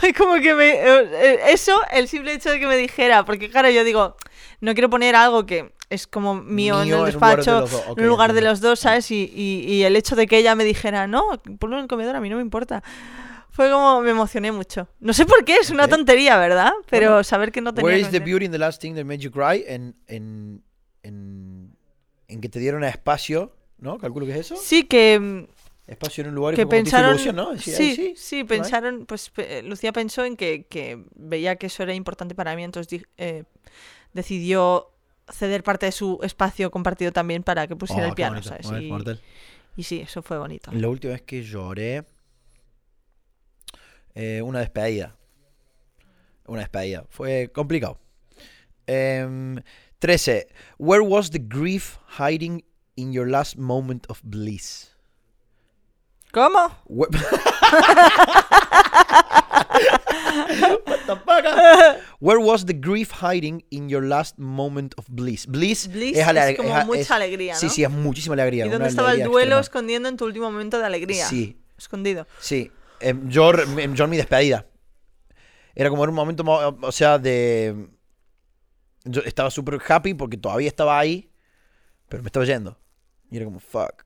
Speaker 1: ay, como que me... eh, eh, Eso, el simple hecho de que me dijera, porque claro, yo digo, no quiero poner algo que es como mío,
Speaker 2: Mío
Speaker 1: en el
Speaker 2: en lugar de
Speaker 1: despacho,
Speaker 2: los dos. Ok,
Speaker 1: en lugar de
Speaker 2: entiendo.
Speaker 1: los dos, ¿sabes? Y, y- y el hecho de que ella me dijera, no, ponlo en el comedor, a mí no me importa. Fue como, me emocioné mucho. No sé por qué, es una
Speaker 2: Ok.
Speaker 1: tontería, ¿verdad? Pero
Speaker 2: Bueno,
Speaker 1: saber que no tenía...
Speaker 2: Where
Speaker 1: que
Speaker 2: is the
Speaker 1: vender-
Speaker 2: beauty in the last thing that made you cry? En, en, en, en que te dieron espacio, ¿no? Calculo que es eso.
Speaker 1: Sí, que... mm,
Speaker 2: Espacio en un lugar y
Speaker 1: que
Speaker 2: fue como te hizo
Speaker 1: pensaron
Speaker 2: ilusión, ¿no? Decir,
Speaker 1: sí,
Speaker 2: "Ay,
Speaker 1: sí,
Speaker 2: right".
Speaker 1: pensaron pues pe- eh, Lucía pensó en que, que veía que eso era importante para mí entonces di- eh, decidió ceder parte de su espacio compartido también para que pusiera
Speaker 2: Oh,
Speaker 1: el
Speaker 2: qué
Speaker 1: piano
Speaker 2: bonito.
Speaker 1: ¿sabes?
Speaker 2: Bueno, es
Speaker 1: Y,
Speaker 2: mortal.
Speaker 1: y sí eso fue bonito
Speaker 2: La última vez que lloré. eh, una despedida. Una despedida. Fue complicado. Em, 13. Where was the grief hiding in your last moment of bliss?
Speaker 1: cómo
Speaker 2: Where- What the fuck, ah? Where was the grief hiding in your last moment of bliss? Bliss,
Speaker 1: Bliss
Speaker 2: ale-
Speaker 1: es como
Speaker 2: a-
Speaker 1: mucha alegría,
Speaker 2: Sí,
Speaker 1: ¿no?
Speaker 2: sí, es muchísima alegría.
Speaker 1: y
Speaker 2: una
Speaker 1: dónde estaba el
Speaker 2: alegría
Speaker 1: duelo
Speaker 2: extrema.
Speaker 1: escondiendo en tu último momento de alegría
Speaker 2: Sí,
Speaker 1: escondido
Speaker 2: Sí, em, yo, re- em, yo en mi despedida. Era como en un momento, mo- o sea, de... Yo estaba súper happy porque todavía estaba ahí, pero me estaba yendo. Y era como, fuck.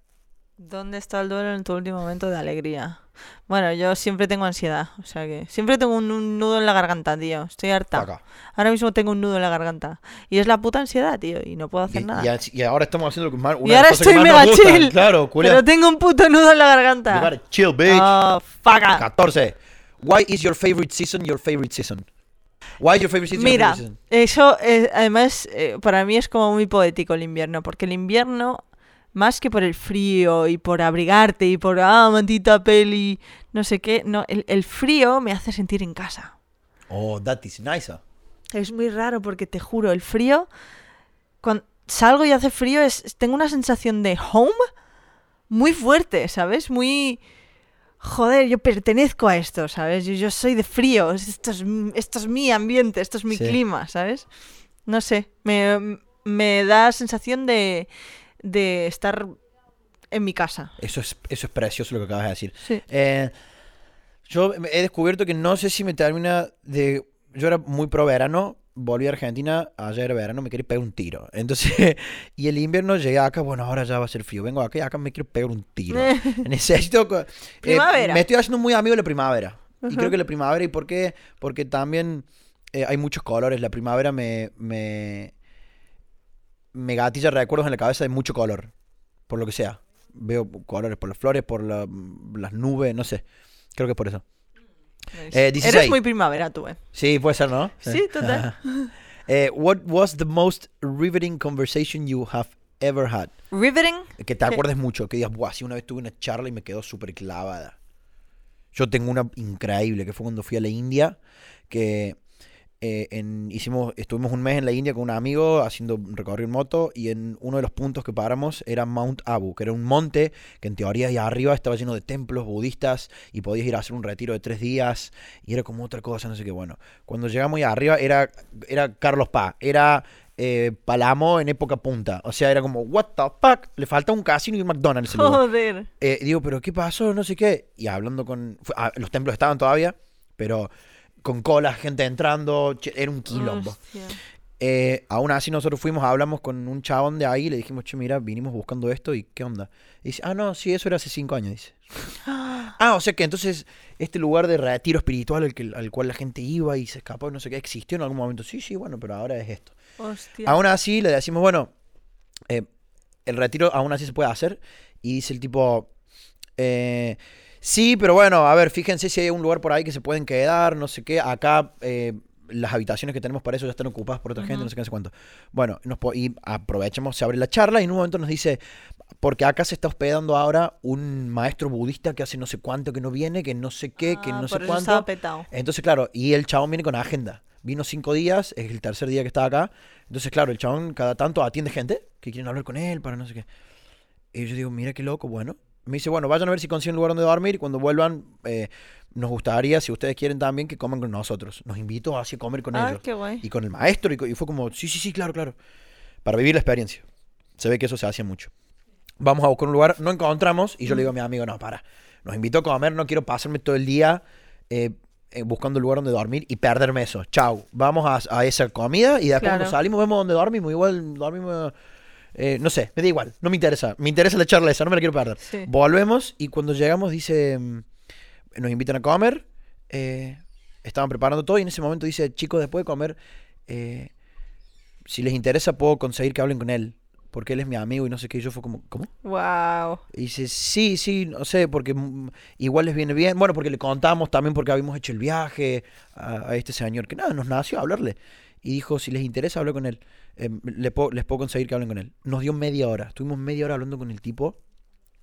Speaker 1: ¿Dónde está el duelo en tu último momento de alegría? Bueno, yo siempre tengo ansiedad, o sea que siempre tengo un, un nudo en la garganta, tío. Estoy harta.
Speaker 2: Acá.
Speaker 1: Ahora mismo tengo un nudo en la garganta. Y es la puta ansiedad, tío, y no puedo hacer
Speaker 2: Y,
Speaker 1: nada.
Speaker 2: y así- y ahora estamos haciendo lo que más. una
Speaker 1: Y
Speaker 2: de las
Speaker 1: ahora
Speaker 2: cosas que
Speaker 1: estoy
Speaker 2: más nos
Speaker 1: mega
Speaker 2: gustan,
Speaker 1: chill.
Speaker 2: Claro, culia.
Speaker 1: Pero tengo un puto nudo en la
Speaker 2: You
Speaker 1: garganta.
Speaker 2: gotta chill, bitch.
Speaker 1: Oh, faca.
Speaker 2: 14. Why is your favorite season your favorite season? Why is your favorite season your
Speaker 1: Mira,
Speaker 2: favorite season?
Speaker 1: eso eh, además eh, para mí es como muy poético el invierno, porque el invierno, más que por el frío y por abrigarte y por, ah, mantita, peli, no sé qué, no, el, el frío me hace sentir en casa.
Speaker 2: Oh, that is nice. ah.
Speaker 1: Es muy raro porque te juro, el frío, cuando salgo y hace frío, es, es- tengo una sensación de home muy fuerte, ¿sabes? Muy... Joder, yo pertenezco a esto, ¿sabes? Yo, yo soy de frío, esto es, m- esto es mi ambiente, esto es mi
Speaker 2: Sí.
Speaker 1: clima, ¿sabes? No sé, me, me da sensación de, de estar en mi casa.
Speaker 2: Eso es, eso es precioso lo que acabas de decir.
Speaker 1: Sí.
Speaker 2: Eh, yo me- he descubierto que no sé si me termina de. Yo era muy pro verano, volví a Argentina, allá era verano, me quería pegar un tiro. Entonces, y el invierno llegué acá, bueno, ahora ya va a ser frío. Vengo acá y acá me quiero pegar un tiro. Necesito. co- eh,
Speaker 1: Primavera.
Speaker 2: me estoy haciendo muy amigo de la primavera. Y
Speaker 1: Ujú.
Speaker 2: creo que la primavera, ¿y por qué? Porque también eh, hay muchos colores. La primavera me, me. me gatilla recuerdos en la cabeza de mucho color. Por lo que sea. Veo colores por las flores, por la- las nubes, no sé. Creo que es por eso. Eh, 16.
Speaker 1: Eres muy primavera tú, ¿eh?
Speaker 2: Sí, puede ser, ¿no?
Speaker 1: Sí, total.
Speaker 2: Eh, what was the most riveting conversation you have ever had?
Speaker 1: Riveting.
Speaker 2: Que te acuerdes mucho, que digas, buah, sí, una vez tuve una charla y me quedó súper clavada. Yo tengo una increíble, que fue cuando fui a la India, que eh, en- hicimos, estuvimos un mes en la India con un amigo haciendo un recorrido en moto y en uno de los puntos que paramos era Mount Abu, que era un monte que en teoría allá arriba estaba lleno de templos budistas y podías ir a hacer un retiro de tres días y era como otra cosa, no sé qué. Bueno, cuando llegamos allá arriba era, era Carlos Paz, era eh, Palamo en época punta. O sea, era como, what the fuck, le falta un casino y un McDonald's. en ese lugar.
Speaker 1: Joder.
Speaker 2: Eh, digo, pero ¿qué pasó? No sé qué. Y hablando con... fue- ah, los templos estaban todavía, pero con cola, gente entrando, che, era un quilombo.
Speaker 1: Hostia.
Speaker 2: Eh, aún así nosotros fuimos, hablamos con un chabón de ahí, le dijimos, che, mira, vinimos buscando esto y qué onda. Y dice, ah, no, sí, eso era hace cinco años, dice. ah, o sea que entonces este lugar de retiro espiritual al, que- al cual la gente iba y se escapó, no sé qué, existió en algún momento. Sí, sí, bueno, pero ahora es esto.
Speaker 1: Hostia.
Speaker 2: Aún así le decimos, bueno, eh, el retiro aún así se puede hacer. Y dice el tipo, eh, sí, pero bueno, a ver, fíjense si hay un lugar por ahí que se pueden quedar, no sé qué. Acá eh, las habitaciones que tenemos para eso ya están ocupadas por otra gente, no sé qué, no sé cuánto. Bueno, nos po- y aprovechamos, se abre la charla y en un momento nos dice, porque acá se está hospedando ahora un maestro budista que hace no sé cuánto que no viene, que no sé qué, que
Speaker 1: Ah,
Speaker 2: no sé
Speaker 1: por eso
Speaker 2: cuánto.
Speaker 1: estaba petado.
Speaker 2: Entonces, claro, y el chabón viene con agenda. Vino cinco días, es el tercer día que está acá. Entonces, claro, el chabón cada tanto atiende gente que quieren hablar con él para no sé qué. Y yo digo, mira qué loco, bueno. Me dice, bueno, vayan a ver si consiguen un lugar donde dormir. Cuando vuelvan, eh, nos gustaría, si ustedes quieren también, que coman con nosotros. Nos invito así a comer con
Speaker 1: Ah,
Speaker 2: ellos.
Speaker 1: qué guay.
Speaker 2: Y con el maestro. Y, co- y fue como, sí, sí, sí, claro, claro. Para vivir la experiencia. Se ve que eso se hacía mucho. Vamos a buscar un lugar, no encontramos. Y yo le digo a mi amigo, no, para. Nos invito a comer, no quiero pasarme todo el día eh, eh, buscando un lugar donde dormir y perderme eso. Chau. Vamos a, a esa comida y después
Speaker 1: Claro.
Speaker 2: nos salimos, vemos dónde dormimos. Igual dormimos. eh, no sé, me da igual, no me interesa. Me interesa la charla esa, no me la quiero perder.
Speaker 1: Sí.
Speaker 2: Volvemos y cuando llegamos dice, mm, nos invitan a comer, eh, estaban preparando todo y en ese momento dice, chicos, después de comer, eh, si les interesa puedo conseguir que hablen con él, porque él es mi amigo y no sé qué, y yo fue como, ¿cómo?
Speaker 1: Wow.
Speaker 2: Y dice, sí, sí, no sé, porque mm, igual les viene bien. Bueno, porque le contamos también porque habíamos hecho el viaje a, a este señor, que nada, nos nació hablarle. Y dijo, si les interesa, hablar con él. Eh, le puedo- les puedo conseguir que hablen con él. Nos dio media hora. Estuvimos media hora hablando con el tipo,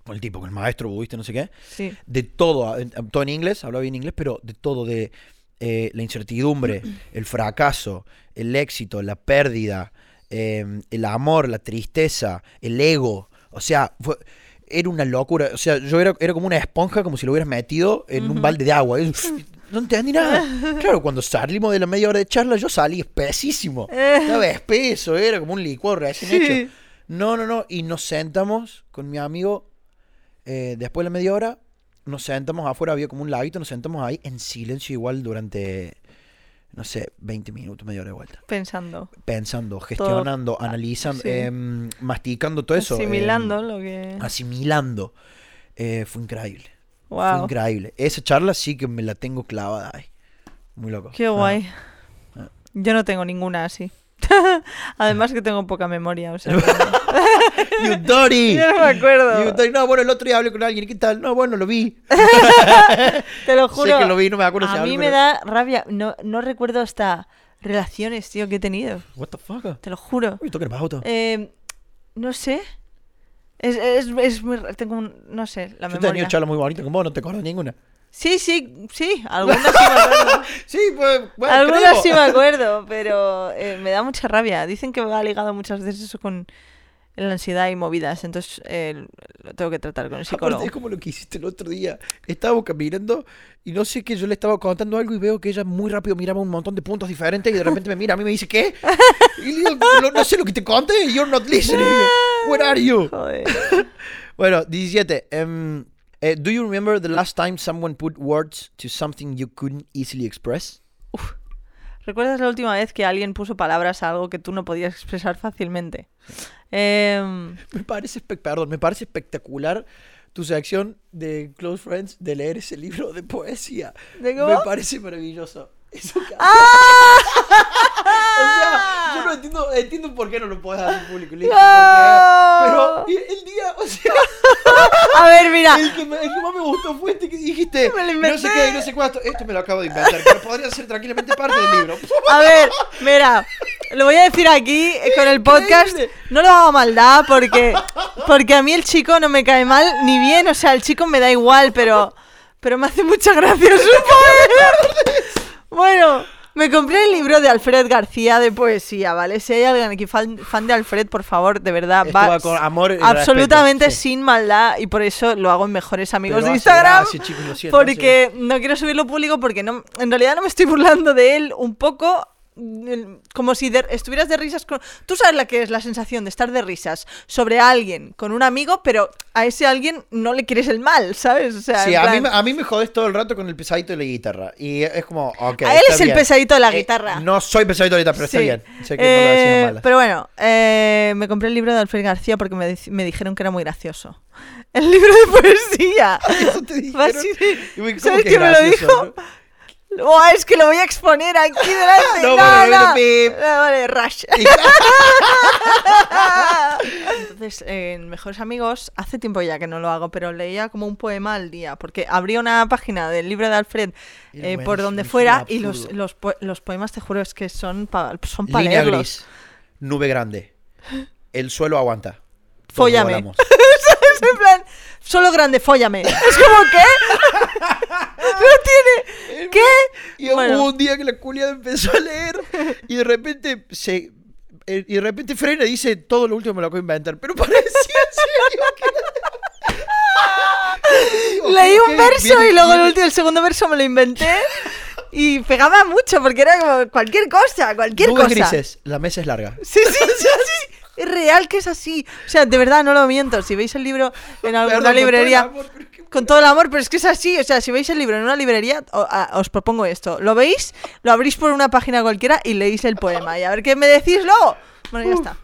Speaker 2: con el tipo, con el maestro budista, no sé qué
Speaker 1: Sí.
Speaker 2: de todo, eh, todo en inglés, hablaba bien inglés, pero de todo, de eh, la incertidumbre, el fracaso, el éxito, la pérdida, eh, el amor, la tristeza, el ego. O sea, fue- era una locura. O sea, yo era, era como una esponja, como si lo hubieras metido en un balde de agua. Y- No entendí nada. Claro, cuando salimos de la media hora de charla, yo salí espesísimo.
Speaker 1: Eh.
Speaker 2: Estaba espeso, era como un licor recién
Speaker 1: Sí.
Speaker 2: hecho. No, no, no. Y nos sentamos con mi amigo eh, después de la media hora, nos sentamos afuera, había como un laguito, nos sentamos ahí en silencio igual durante no sé, 20 minutos, media hora de vuelta.
Speaker 1: pensando,
Speaker 2: Pensando, gestionando, analizando,
Speaker 1: sí.
Speaker 2: em, masticando todo eso. em,
Speaker 1: asimilando lo que...
Speaker 2: asimilando. Eh, fue increíble. Fue
Speaker 1: Wow,
Speaker 2: increíble. Esa charla sí que me la tengo clavada ahí. Muy loco.
Speaker 1: qué
Speaker 2: Ah,
Speaker 1: guay.
Speaker 2: Ah.
Speaker 1: Yo no tengo ninguna así. Además que tengo poca memoria, o sea,
Speaker 2: You dirty.
Speaker 1: yo no me
Speaker 2: You
Speaker 1: acuerdo.
Speaker 2: dirty. No, bueno, el otro día hablé con alguien. ¿Qué tal? No, bueno, lo vi.
Speaker 1: Te lo
Speaker 2: Sé
Speaker 1: juro.
Speaker 2: que lo vi, no me acuerdo si
Speaker 1: a
Speaker 2: hablé,
Speaker 1: mí me
Speaker 2: pero-
Speaker 1: da rabia. No, no recuerdo hasta relaciones, tío, que he tenido.
Speaker 2: What the fuck?
Speaker 1: Te lo juro.
Speaker 2: Uy, toca el bajo, todo.
Speaker 1: Eh, no sé. Es, es, es muy ra- Tengo un. No sé, la
Speaker 2: Yo he
Speaker 1: memoria.
Speaker 2: tenido charlas muy bonitas con vos, no te acuerdas ninguna.
Speaker 1: Sí, sí, sí. Algunas sí me acuerdo.
Speaker 2: Sí, pues, bueno,
Speaker 1: algunas
Speaker 2: creo.
Speaker 1: sí me acuerdo, pero eh, me da mucha rabia. Dicen que va ligado muchas veces eso con la ansiedad y movidas. Entonces eh, lo tengo que tratar con el psicólogo.
Speaker 2: Aparte, es como lo que hiciste el otro día. Estábamos caminando y no sé qué, yo le estaba contando algo y veo que ella muy rápido miraba un montón de puntos diferentes y de repente me mira a mí y me dice, ¿qué? Y le digo, "Lo- no sé lo que te conté, you're not listening. Where are you?
Speaker 1: Joder.
Speaker 2: Bueno, 17. em, eh, do you remember the last time someone put words to something you couldn't easily express?
Speaker 1: ¿Recuerdas la última vez que alguien puso palabras a algo que tú no podías expresar fácilmente? Em,
Speaker 2: Me parece, espe- perdón, me parece espectacular tu sección de Close Friends de leer ese libro de poesía.
Speaker 1: ¿De cómo? ¡Ah!
Speaker 2: Me parece maravilloso. Eso que O sea, yo no entiendo, entiendo por qué no lo puedes dar en público,
Speaker 1: No.
Speaker 2: listo, porque- Pero y el día, o sea,
Speaker 1: A ver, mira.
Speaker 2: el que, me- el que más me gustó fue este que dijiste,
Speaker 1: Me lo
Speaker 2: no sé qué,
Speaker 1: inventé.
Speaker 2: no sé cuánto, esto me lo acabo de inventar, pero podría ser tranquilamente parte del libro.
Speaker 1: A ver, mira, lo voy a decir aquí eh, con el podcast.
Speaker 2: Increíble.
Speaker 1: No lo hago a maldad porque, porque a mí el chico no me cae mal ni bien. O sea, el chico me da igual, pero, pero me hace mucha gracia su poder. Bueno, me compré el libro de Alfred García de poesía, ¿vale? Si hay alguien aquí fan, fan de Alfred, por favor, de verdad,
Speaker 2: Esto va con amor y
Speaker 1: absolutamente
Speaker 2: respeto, sí.
Speaker 1: sin maldad y por eso lo hago en Mejores Amigos
Speaker 2: Pero
Speaker 1: de
Speaker 2: hace
Speaker 1: Instagram.
Speaker 2: gracia, chicos, lo siento,
Speaker 1: porque no quiero subirlo público porque no, en realidad no me estoy burlando de él un poco. mm, Como si de- estuvieras de risas con... Tú sabes la que es la sensación de estar de risas sobre alguien, con un amigo, pero a ese alguien no le quieres el mal, ¿sabes? O sea,
Speaker 2: Sí,
Speaker 1: en
Speaker 2: a mí,
Speaker 1: plan-
Speaker 2: me- ah, a mí me jodes todo el rato con el pesadito de la guitarra. Y es como, ok.
Speaker 1: A él
Speaker 2: está
Speaker 1: es el
Speaker 2: bien.
Speaker 1: pesadito de la
Speaker 2: Eh,
Speaker 1: guitarra.
Speaker 2: no soy pesadito de la guitarra, pero
Speaker 1: Sí.
Speaker 2: está bien. Sé que no lo decía
Speaker 1: Eh,
Speaker 2: malas.
Speaker 1: Pero bueno, eh, me compré el libro de Alfred García porque me, dec- me dijeron que era muy gracioso. El libro de poesía.
Speaker 2: Eso te
Speaker 1: Va a
Speaker 2: dijeron.
Speaker 1: ser-
Speaker 2: Y voy, ¿cómo
Speaker 1: ¿Sabes
Speaker 2: que
Speaker 1: quién me lo
Speaker 2: gracioso,
Speaker 1: dijo?
Speaker 2: no?
Speaker 1: Buah, es que lo voy a exponer aquí delante.
Speaker 2: No,
Speaker 1: No,
Speaker 2: bueno,
Speaker 1: no.
Speaker 2: bueno, pip.
Speaker 1: Ah, vale, Rush.
Speaker 2: Y-
Speaker 1: Entonces, en Mejores Amigos, hace tiempo ya que no lo hago, pero leía como un poema al día, porque abría una página del libro de Alfred
Speaker 2: Era
Speaker 1: eh, por donde
Speaker 2: buenísimo,
Speaker 1: fuera
Speaker 2: era
Speaker 1: y los,
Speaker 2: absurdo.
Speaker 1: los, po- los poemas, te juro, es que son para son pa
Speaker 2: Línea
Speaker 1: leerlos.
Speaker 2: gris, nube grande. El suelo aguanta. Todos
Speaker 1: Fóllame.
Speaker 2: volamos.
Speaker 1: Es en plan, solo grande, fóllame. Es como, ¿qué? no tiene. ¿Qué?
Speaker 2: Y
Speaker 1: Bueno.
Speaker 2: hubo un día que la culia empezó a leer y de repente se eh, y de repente frena y dice todo lo último me lo acabo de inventar, pero parecía en serio que era-
Speaker 1: Leí un
Speaker 2: Ok,
Speaker 1: verso
Speaker 2: viene-
Speaker 1: y luego el,
Speaker 2: viene-
Speaker 1: último, el segundo verso me lo inventé. Y pegaba mucho porque era como cualquier cosa, cualquier
Speaker 2: Nubes
Speaker 1: cosa.
Speaker 2: grises, la mesa es larga.
Speaker 1: Sí, sí, sí, sí. Es real que es así. O sea, de verdad, no lo miento. Si veis el libro en alguna
Speaker 2: Perdón, con todo el
Speaker 1: librería.
Speaker 2: amor, pero es que-
Speaker 1: Con todo el amor, pero es que es así. O sea, si veis el libro en una librería, o- a- os propongo esto. Lo veis, lo abrís por una página cualquiera y leéis el poema. Y a ver qué me decís luego. Bueno, ya
Speaker 2: Uf.
Speaker 1: está.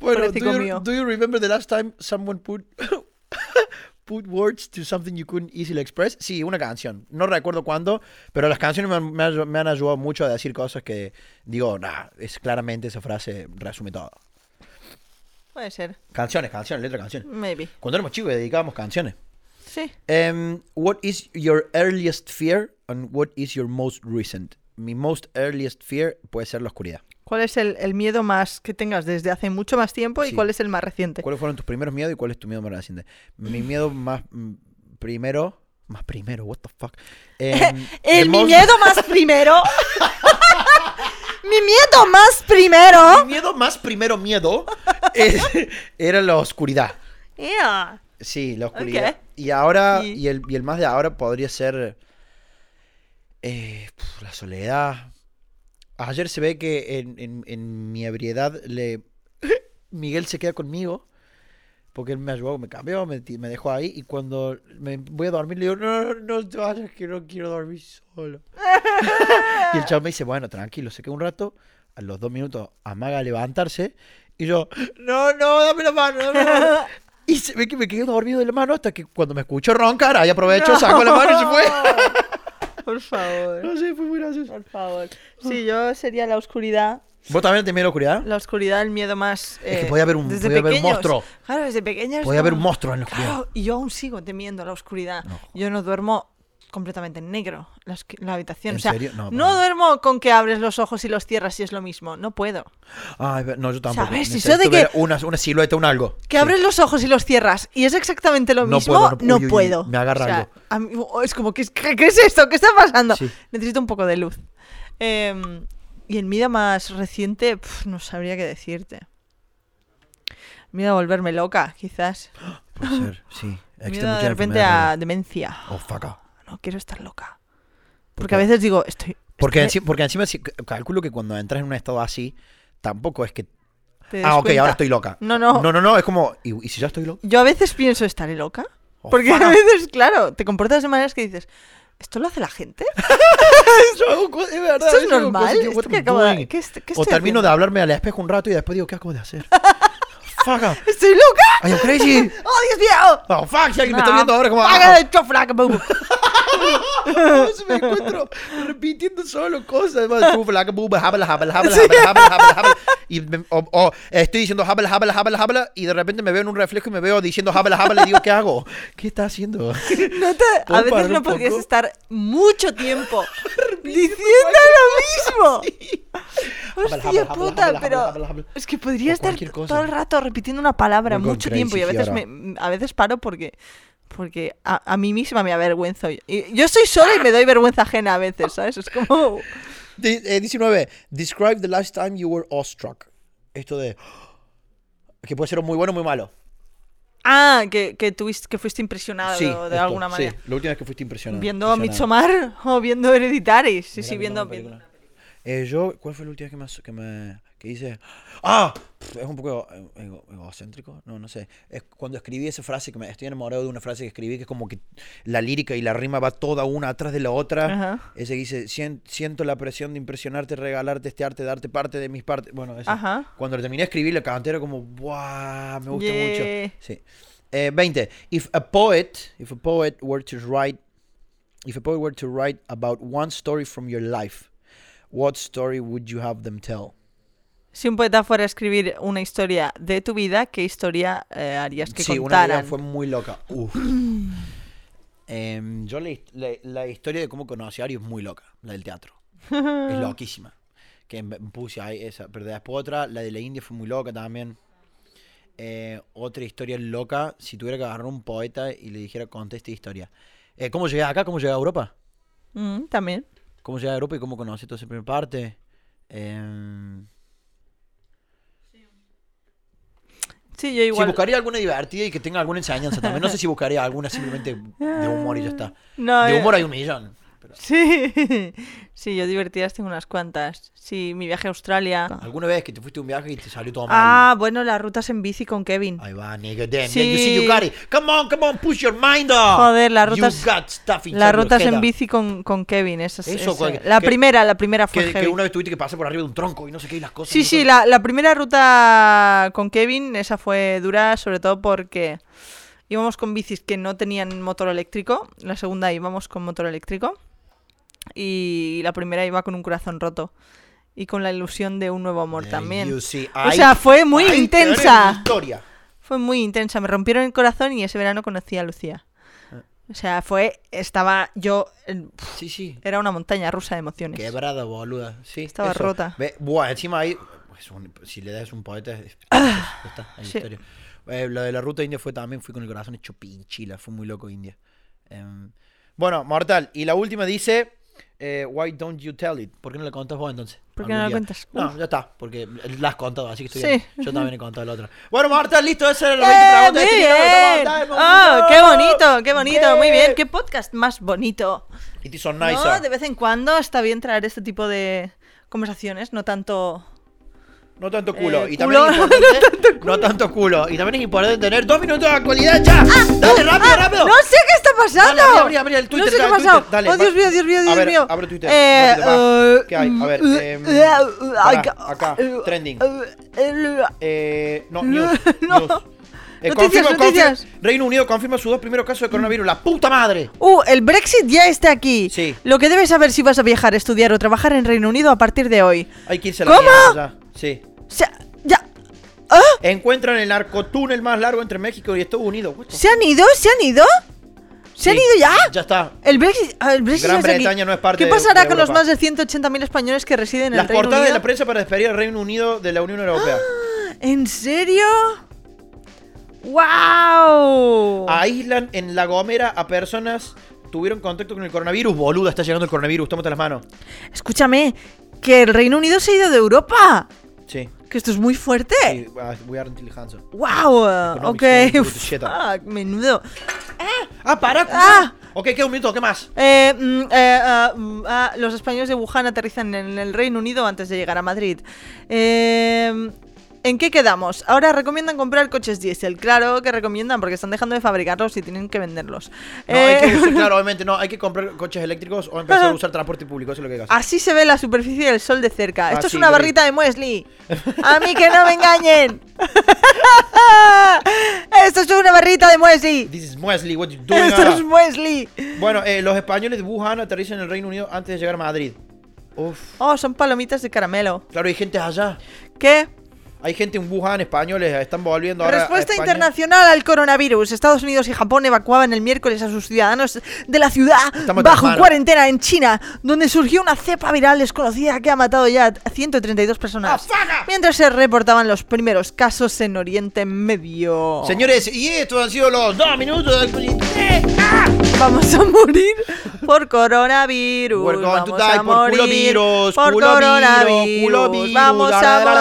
Speaker 2: Bueno, do
Speaker 1: Pobrecito
Speaker 2: you,
Speaker 1: mío.
Speaker 2: do you remember the last time someone put put words to something you couldn't easily express? Sí, una canción. No recuerdo cuándo, pero las canciones me han, me han- me han ayudado mucho a decir cosas que digo, nah, es claramente esa frase resume todo.
Speaker 1: Puede ser.
Speaker 2: Canciones, canciones, letra, canciones.
Speaker 1: Maybe.
Speaker 2: Cuando éramos chicos dedicábamos canciones.
Speaker 1: Sí.
Speaker 2: Em, what is your earliest fear and what is your most recent? Mi most earliest fear puede ser la oscuridad.
Speaker 1: ¿Cuál es el, el miedo más que tengas desde hace mucho más tiempo y
Speaker 2: Sí.
Speaker 1: cuál es el más reciente?
Speaker 2: ¿Cuáles fueron tus primeros miedos y cuál es tu miedo más reciente? Mi miedo más mm, primero. Más primero, what the fuck. Em,
Speaker 1: El,
Speaker 2: the
Speaker 1: mi
Speaker 2: most-
Speaker 1: miedo más primero. mi miedo más primero.
Speaker 2: Mi miedo más primero miedo eh, era la oscuridad.
Speaker 1: Yeah.
Speaker 2: Sí, la oscuridad. Y ahora,
Speaker 1: Y-
Speaker 2: y el, y el más de ahora podría ser eh, pf, la soledad. Ayer se ve que en, en- en mi ebriedad le, Miguel se queda conmigo Porque él me ayudó, me cambió, me, ti- me dejó ahí. Y cuando me voy a dormir, le digo, no, no, no te vayas, que no quiero dormir solo. y el chavo me dice, bueno, tranquilo, sé que un rato, a los dos minutos, amaga levantarse. Y yo, no, no, dame la mano, dame la mano. Y se ve que me quedé dormido de la mano hasta que cuando me escuchó roncar, ahí aprovechó, sacó la mano y se fue.
Speaker 1: Por favor,
Speaker 2: No sé, fue muy gracioso.
Speaker 1: por favor. Sí, yo sería la oscuridad.
Speaker 2: ¿Vos también tenías la oscuridad?
Speaker 1: La oscuridad, el miedo más.
Speaker 2: Es
Speaker 1: eh,
Speaker 2: que podía haber un-
Speaker 1: desde
Speaker 2: podía haber un
Speaker 1: pequeños.
Speaker 2: monstruo.
Speaker 1: Claro, desde pequeños.
Speaker 2: Podía haber
Speaker 1: no-
Speaker 2: un monstruo en la oscuridad.
Speaker 1: Claro, y yo aún sigo temiendo la oscuridad.
Speaker 2: No.
Speaker 1: Yo no duermo completamente en negro la, osqui- la habitación.
Speaker 2: ¿En
Speaker 1: o sea,
Speaker 2: serio?
Speaker 1: No,
Speaker 2: No, para nada.
Speaker 1: duermo con que abres los ojos y los cierras y es lo mismo. No puedo.
Speaker 2: Ay, ve- no, yo tampoco.
Speaker 1: ¿Sabes? Si
Speaker 2: Necesito
Speaker 1: soy de que-
Speaker 2: ver Una, una silueta, un algo.
Speaker 1: Que
Speaker 2: Sí.
Speaker 1: abres los ojos y los cierras y es exactamente lo
Speaker 2: No
Speaker 1: mismo.
Speaker 2: puedo, no puedo.
Speaker 1: no
Speaker 2: Uy, uy, uy,
Speaker 1: puedo.
Speaker 2: me agarra
Speaker 1: O sea,
Speaker 2: algo.
Speaker 1: a mí- oh, es como, ¿qué, qué, qué es esto? ¿Qué está pasando?
Speaker 2: Sí.
Speaker 1: Necesito un poco de luz. Em, y el miedo más reciente, pf, no sabría qué decirte. Miedo a volverme loca, quizás.
Speaker 2: Puede ser, sí. Existe
Speaker 1: Miedo
Speaker 2: mucha
Speaker 1: de repente
Speaker 2: enfermedad
Speaker 1: a demencia.
Speaker 2: rara. Oh, faca.
Speaker 1: No quiero estar loca.
Speaker 2: ¿Por
Speaker 1: Porque a
Speaker 2: qué?
Speaker 1: veces digo, estoy.
Speaker 2: Porque,
Speaker 1: estoy-
Speaker 2: enci- porque encima si- calculo que cuando entras en un estado así, tampoco es que...
Speaker 1: te des
Speaker 2: Ah, ok,
Speaker 1: cuenta.
Speaker 2: ahora estoy loca.
Speaker 1: No, no.
Speaker 2: No, no, no, es como... ¿Y, y si ya estoy loca?
Speaker 1: Yo a veces pienso, ¿estaré loca?
Speaker 2: Oh,
Speaker 1: Porque a
Speaker 2: fuck.
Speaker 1: veces, claro, te comportas de maneras que dices, ¿esto lo hace la gente?
Speaker 2: Yo hago co- es verdad,
Speaker 1: ¿Esto es
Speaker 2: yo hago cosas
Speaker 1: normal?
Speaker 2: que,
Speaker 1: ¿Esto
Speaker 2: what
Speaker 1: que
Speaker 2: am
Speaker 1: acabo de-
Speaker 2: doing?
Speaker 1: qué est- qué
Speaker 2: o
Speaker 1: estoy
Speaker 2: termino de
Speaker 1: haciendo?
Speaker 2: hablarme al espejo un rato y después digo, ¿qué acabo de hacer? Faca.
Speaker 1: ¿Estoy loca?
Speaker 2: Are you crazy?
Speaker 1: ¡Oh, Dios mío!
Speaker 2: Oh, fuck, si alguien me está
Speaker 1: No,
Speaker 2: viendo ahora es como...
Speaker 1: ¡Paga
Speaker 2: ah,
Speaker 1: de chofla, que me-
Speaker 2: Entonces me encuentro repitiendo solo cosas. Bueno, tú, flaca, buba, jábala, jábala, jábala, jábala, jábala, jábala. Y me- o, o, eh, estoy diciendo jábala, jábala, jábala, jábala, y de repente me veo en un reflejo y me veo diciendo jábala, jábala, y digo, ¿qué hago? ¿Qué está haciendo?
Speaker 1: No te-
Speaker 2: ¿Puedo
Speaker 1: a veces
Speaker 2: parar un
Speaker 1: no podrías
Speaker 2: poco?
Speaker 1: estar mucho tiempo diciendo lo mismo.
Speaker 2: Habla,
Speaker 1: Hostia
Speaker 2: habla, habla,
Speaker 1: puta,
Speaker 2: habla,
Speaker 1: pero
Speaker 2: habla, habla.
Speaker 1: es que podría
Speaker 2: O
Speaker 1: estar
Speaker 2: cualquier cosa.
Speaker 1: todo el rato repitiendo una palabra
Speaker 2: We're going
Speaker 1: mucho tiempo y a
Speaker 2: crazy,
Speaker 1: veces
Speaker 2: Fiora.
Speaker 1: me, a veces paro porque porque a, a mí misma me avergüenzo. Y- y Yo soy sola y me doy vergüenza ajena a veces, ¿sabes? Es como
Speaker 2: Di- eh, 19. Describe the last time you were awestruck. Esto de. Que puede ser muy bueno o muy malo.
Speaker 1: ah, que, que tuviste que fuiste impresionado
Speaker 2: Sí.
Speaker 1: de
Speaker 2: esto,
Speaker 1: alguna manera.
Speaker 2: Sí, la última vez que fuiste impresionado.
Speaker 1: Viendo a
Speaker 2: impresionado.
Speaker 1: Midsommar o viendo Hereditary. Sí,
Speaker 2: Mirá,
Speaker 1: sí,
Speaker 2: mirá,
Speaker 1: viendo,
Speaker 2: una película. Eh, yo, ¿cuál fue la última que me, as- que me que hice? ¡Ah! Pf, Es un poco ego- ego- egocéntrico, no, no sé. Es cuando escribí esa frase, que me estoy enamorado de una frase que escribí, que es como que la lírica y la rima va toda una atrás de la otra.
Speaker 1: Ajá.
Speaker 2: Ese que dice, "Sien- siento la presión de impresionarte, regalarte este arte, darte parte de mis partes. Bueno, ese.
Speaker 1: Ajá.
Speaker 2: Cuando lo terminé de escribir, la canté era como, ¡buah! Me gusta
Speaker 1: Yeah.
Speaker 2: mucho. Sí. Eh, 20. If a poet, if a poet were to write If a poet were to write about one story from your life, what story would you have them tell?
Speaker 1: Si un poeta fuera a escribir una historia de tu vida, ¿qué historia eh, harías que
Speaker 2: sí, una idea
Speaker 1: contaran?
Speaker 2: fue muy loca. Uf. Em, yo la, his- la- la historia de cómo conocí a Ari es muy loca, la del teatro. es loquísima. Que me puse ahí esa. Pero después otra, la de la India fue muy loca también. Eh, otra historia loca, si tuviera que agarrar un poeta y le dijera, conté esta historia. Eh, ¿Cómo llegué acá? ¿Cómo llegué a Europa?
Speaker 1: Mm, también.
Speaker 2: cómo llegué a Europa y cómo conocí toda esa primera parte. Em,
Speaker 1: Sí, yo
Speaker 2: Si
Speaker 1: igual.
Speaker 2: buscaría alguna divertida y que tenga alguna enseñanza también. No sé si buscaría alguna simplemente de humor y ya está.
Speaker 1: No,
Speaker 2: De
Speaker 1: eh,
Speaker 2: humor hay un millón. pero-
Speaker 1: Sí. sí, yo divertidas tengo unas cuantas. Sí, mi viaje a Australia.
Speaker 2: ¿Alguna vez que te fuiste a un viaje y te salió todo mal?
Speaker 1: Ah, bueno, las rutas en bici con Kevin.
Speaker 2: Ahí va, nigga, damn.
Speaker 1: Sí.
Speaker 2: You see, you got it. Come on, come on, push your mind up.
Speaker 1: Joder, las rutas-
Speaker 2: You got stuff inside
Speaker 1: Las
Speaker 2: your
Speaker 1: rutas
Speaker 2: head
Speaker 1: en
Speaker 2: up.
Speaker 1: bici con, con Kevin, esa es-
Speaker 2: Eso,
Speaker 1: esa-
Speaker 2: cual-
Speaker 1: La
Speaker 2: que-
Speaker 1: primera, la primera fue
Speaker 2: Que, que
Speaker 1: heavy.
Speaker 2: una vez tuviste que pasar por arriba de un tronco y no sé qué y las cosas.
Speaker 1: Sí,
Speaker 2: y
Speaker 1: sí,
Speaker 2: nosotros-
Speaker 1: la, la primera ruta con Kevin, esa fue dura, sobre todo porque íbamos con bicis que no tenían motor eléctrico, la segunda íbamos con motor eléctrico y la primera iba con un corazón roto y con la ilusión de un nuevo amor
Speaker 2: Eh,
Speaker 1: también.
Speaker 2: you see,
Speaker 1: O
Speaker 2: ahí-
Speaker 1: sea, fue muy
Speaker 2: ahí tenés
Speaker 1: intensa.
Speaker 2: mi historia.
Speaker 1: Fue muy intensa, me rompieron el corazón y ese verano conocí a Lucía. O sea, fue, estaba yo, en-
Speaker 2: Sí, sí.
Speaker 1: era una montaña rusa de emociones.
Speaker 2: Quebrada, boluda. Sí,
Speaker 1: Estaba rota.
Speaker 2: Ve- buah, encima ahí. pues, un- si le das un poeta. es- ya está,
Speaker 1: Ah.
Speaker 2: hay
Speaker 1: Sí.
Speaker 2: historia. Eh, lo de la ruta india fue también. Fui con el corazón hecho pinchila. Fue muy loco India. Em, bueno, mortal. Y la última dice. eh, why don't you tell it? ¿Por qué no la contas vos entonces?
Speaker 1: ¿Por qué
Speaker 2: Algún
Speaker 1: no la
Speaker 2: día.
Speaker 1: cuentas?
Speaker 2: No, ya está, porque la has contado, así que estoy
Speaker 1: Sí.
Speaker 2: bien. Yo también he contado la otra. Bueno, Mortal, listo, esa era la
Speaker 1: ¡Eh,
Speaker 2: 20
Speaker 1: muy
Speaker 2: pregunta de este libro,
Speaker 1: bien!
Speaker 2: estamos- Eh. estamos-
Speaker 1: ¡Ah, qué bonito, qué bonito! Muy
Speaker 2: Yeah.
Speaker 1: bien, qué podcast más bonito.
Speaker 2: It is on nicer.
Speaker 1: No, de vez en cuando está bien traer este tipo de conversaciones, no tanto
Speaker 2: No tanto culo.
Speaker 1: Eh,
Speaker 2: y también
Speaker 1: culo.
Speaker 2: es importante. no, tanto culo. Y también es importante tener dos minutos de actualidad ya. ¡Ah! Dale, rápido, rápido.
Speaker 1: Ah, No sé qué está pasando.
Speaker 2: Dale, abrí, abrí, abrí el Twitter,
Speaker 1: no sé qué ha
Speaker 2: dale,
Speaker 1: pasado.
Speaker 2: Twitter, dale,
Speaker 1: oh, Dios
Speaker 2: va.
Speaker 1: mío, Dios mío,
Speaker 2: A
Speaker 1: Dios
Speaker 2: ver,
Speaker 1: mío.
Speaker 2: abro Twitter,
Speaker 1: Eh,
Speaker 2: rápido, va.
Speaker 1: eh,
Speaker 2: ¿Qué hay? A ver,
Speaker 1: eh,
Speaker 2: em,
Speaker 1: eh,
Speaker 2: pará,
Speaker 1: eh,
Speaker 2: acá,
Speaker 1: eh,
Speaker 2: trending.
Speaker 1: eh, eh,
Speaker 2: Eh, no,
Speaker 1: No,
Speaker 2: news.
Speaker 1: no.
Speaker 2: news. Eh,
Speaker 1: Noticias,
Speaker 2: confirma- confirma-
Speaker 1: noticias.
Speaker 2: Reino Unido confirma sus dos primeros casos de coronavirus. ¡La puta madre!
Speaker 1: Uh, el Brexit ya está aquí.
Speaker 2: Sí.
Speaker 1: Lo que debes saber si vas a viajar, estudiar o trabajar en Reino Unido a partir de hoy.
Speaker 2: Hay que irse a la
Speaker 1: ¿Cómo?
Speaker 2: mierda ya. Sí.
Speaker 1: O sea, ya. ¿Ah?
Speaker 2: Encuentran el narcotúnel más largo entre México y Estados Unidos. What the
Speaker 1: ¿Se han ido? ¿Se han ido? ¿Se han
Speaker 2: Sí,
Speaker 1: ido ya?
Speaker 2: Ya está.
Speaker 1: El Brexit, ah, el Brexit
Speaker 2: Gran
Speaker 1: ya está aquí.
Speaker 2: Bretaña no es parte
Speaker 1: ¿Qué
Speaker 2: de-
Speaker 1: pasará
Speaker 2: de
Speaker 1: con los
Speaker 2: Europa?
Speaker 1: más de 180.000 españoles que residen en
Speaker 2: Las
Speaker 1: el Reino
Speaker 2: portadas
Speaker 1: Unido?
Speaker 2: de la prensa para despedir al Reino Unido de la Unión Europea.
Speaker 1: ¿En serio? ¡Wow!
Speaker 2: Aíslan en La Gomera a personas tuvieron contacto con el coronavirus. Boluda, está llegando el coronavirus. Tómate las manos.
Speaker 1: Escúchame, que el Reino Unido se ha ido de Europa.
Speaker 2: Sí.
Speaker 1: Que esto es muy fuerte.
Speaker 2: Sí, ah, We are until Hanson.
Speaker 1: ¡Wow! Ok.
Speaker 2: Economics, good shit.
Speaker 1: Fuck, menudo.
Speaker 2: Ah, pará. culo.
Speaker 1: Ah.
Speaker 2: Ok, queda un minuto. ¿Qué más?
Speaker 1: Eh, mm, eh, ah, mm, ah, los españoles de Wuhan aterrizan en el Reino Unido antes de llegar a Madrid. Eh, ¿En qué quedamos? Ahora recomiendan comprar coches diésel. Claro que recomiendan porque están dejando de fabricarlos y tienen que venderlos.
Speaker 2: No, hay que
Speaker 1: Eh,
Speaker 2: usar- claro, obviamente no. Hay que comprar coches eléctricos o empezar a usar transporte público. Eso es lo que hay que hacer.
Speaker 1: Así se ve la superficie del sol de cerca. Esto es
Speaker 2: Ah, sí,
Speaker 1: una
Speaker 2: lo vi.
Speaker 1: barrita de muesli. A mí que no me engañen. Esto es una barrita de muesli.
Speaker 2: This is Muesli, what you doing?
Speaker 1: Esto
Speaker 2: ahora?
Speaker 1: es muesli.
Speaker 2: Bueno, eh, los españoles de Wuhan aterrizan en el Reino Unido antes de llegar a Madrid. Uf.
Speaker 1: Oh, son palomitas de caramelo.
Speaker 2: Claro, hay gente allá.
Speaker 1: ¿Qué?
Speaker 2: Hay gente en Wuhan, españoles, están volviendo ahora. a
Speaker 1: Respuesta
Speaker 2: España.
Speaker 1: internacional al coronavirus. Estados Unidos y Japón evacuaban el miércoles a sus ciudadanos de la ciudad
Speaker 2: Estamos de
Speaker 1: bajo
Speaker 2: mano.
Speaker 1: cuarentena en China, donde surgió una cepa viral desconocida que ha matado ya a 132 personas. Mientras se reportaban los primeros casos en Oriente Medio.
Speaker 2: Señores, y estos han sido los dos minutos del
Speaker 1: Eh. Vamos a morir por coronavirus.
Speaker 2: We're going to
Speaker 1: Vamos a
Speaker 2: die por
Speaker 1: morir
Speaker 2: culovirus,
Speaker 1: por
Speaker 2: culovirus,
Speaker 1: coronavirus.
Speaker 2: culovirus,
Speaker 1: vamos
Speaker 2: da,
Speaker 1: a
Speaker 2: da, da, da,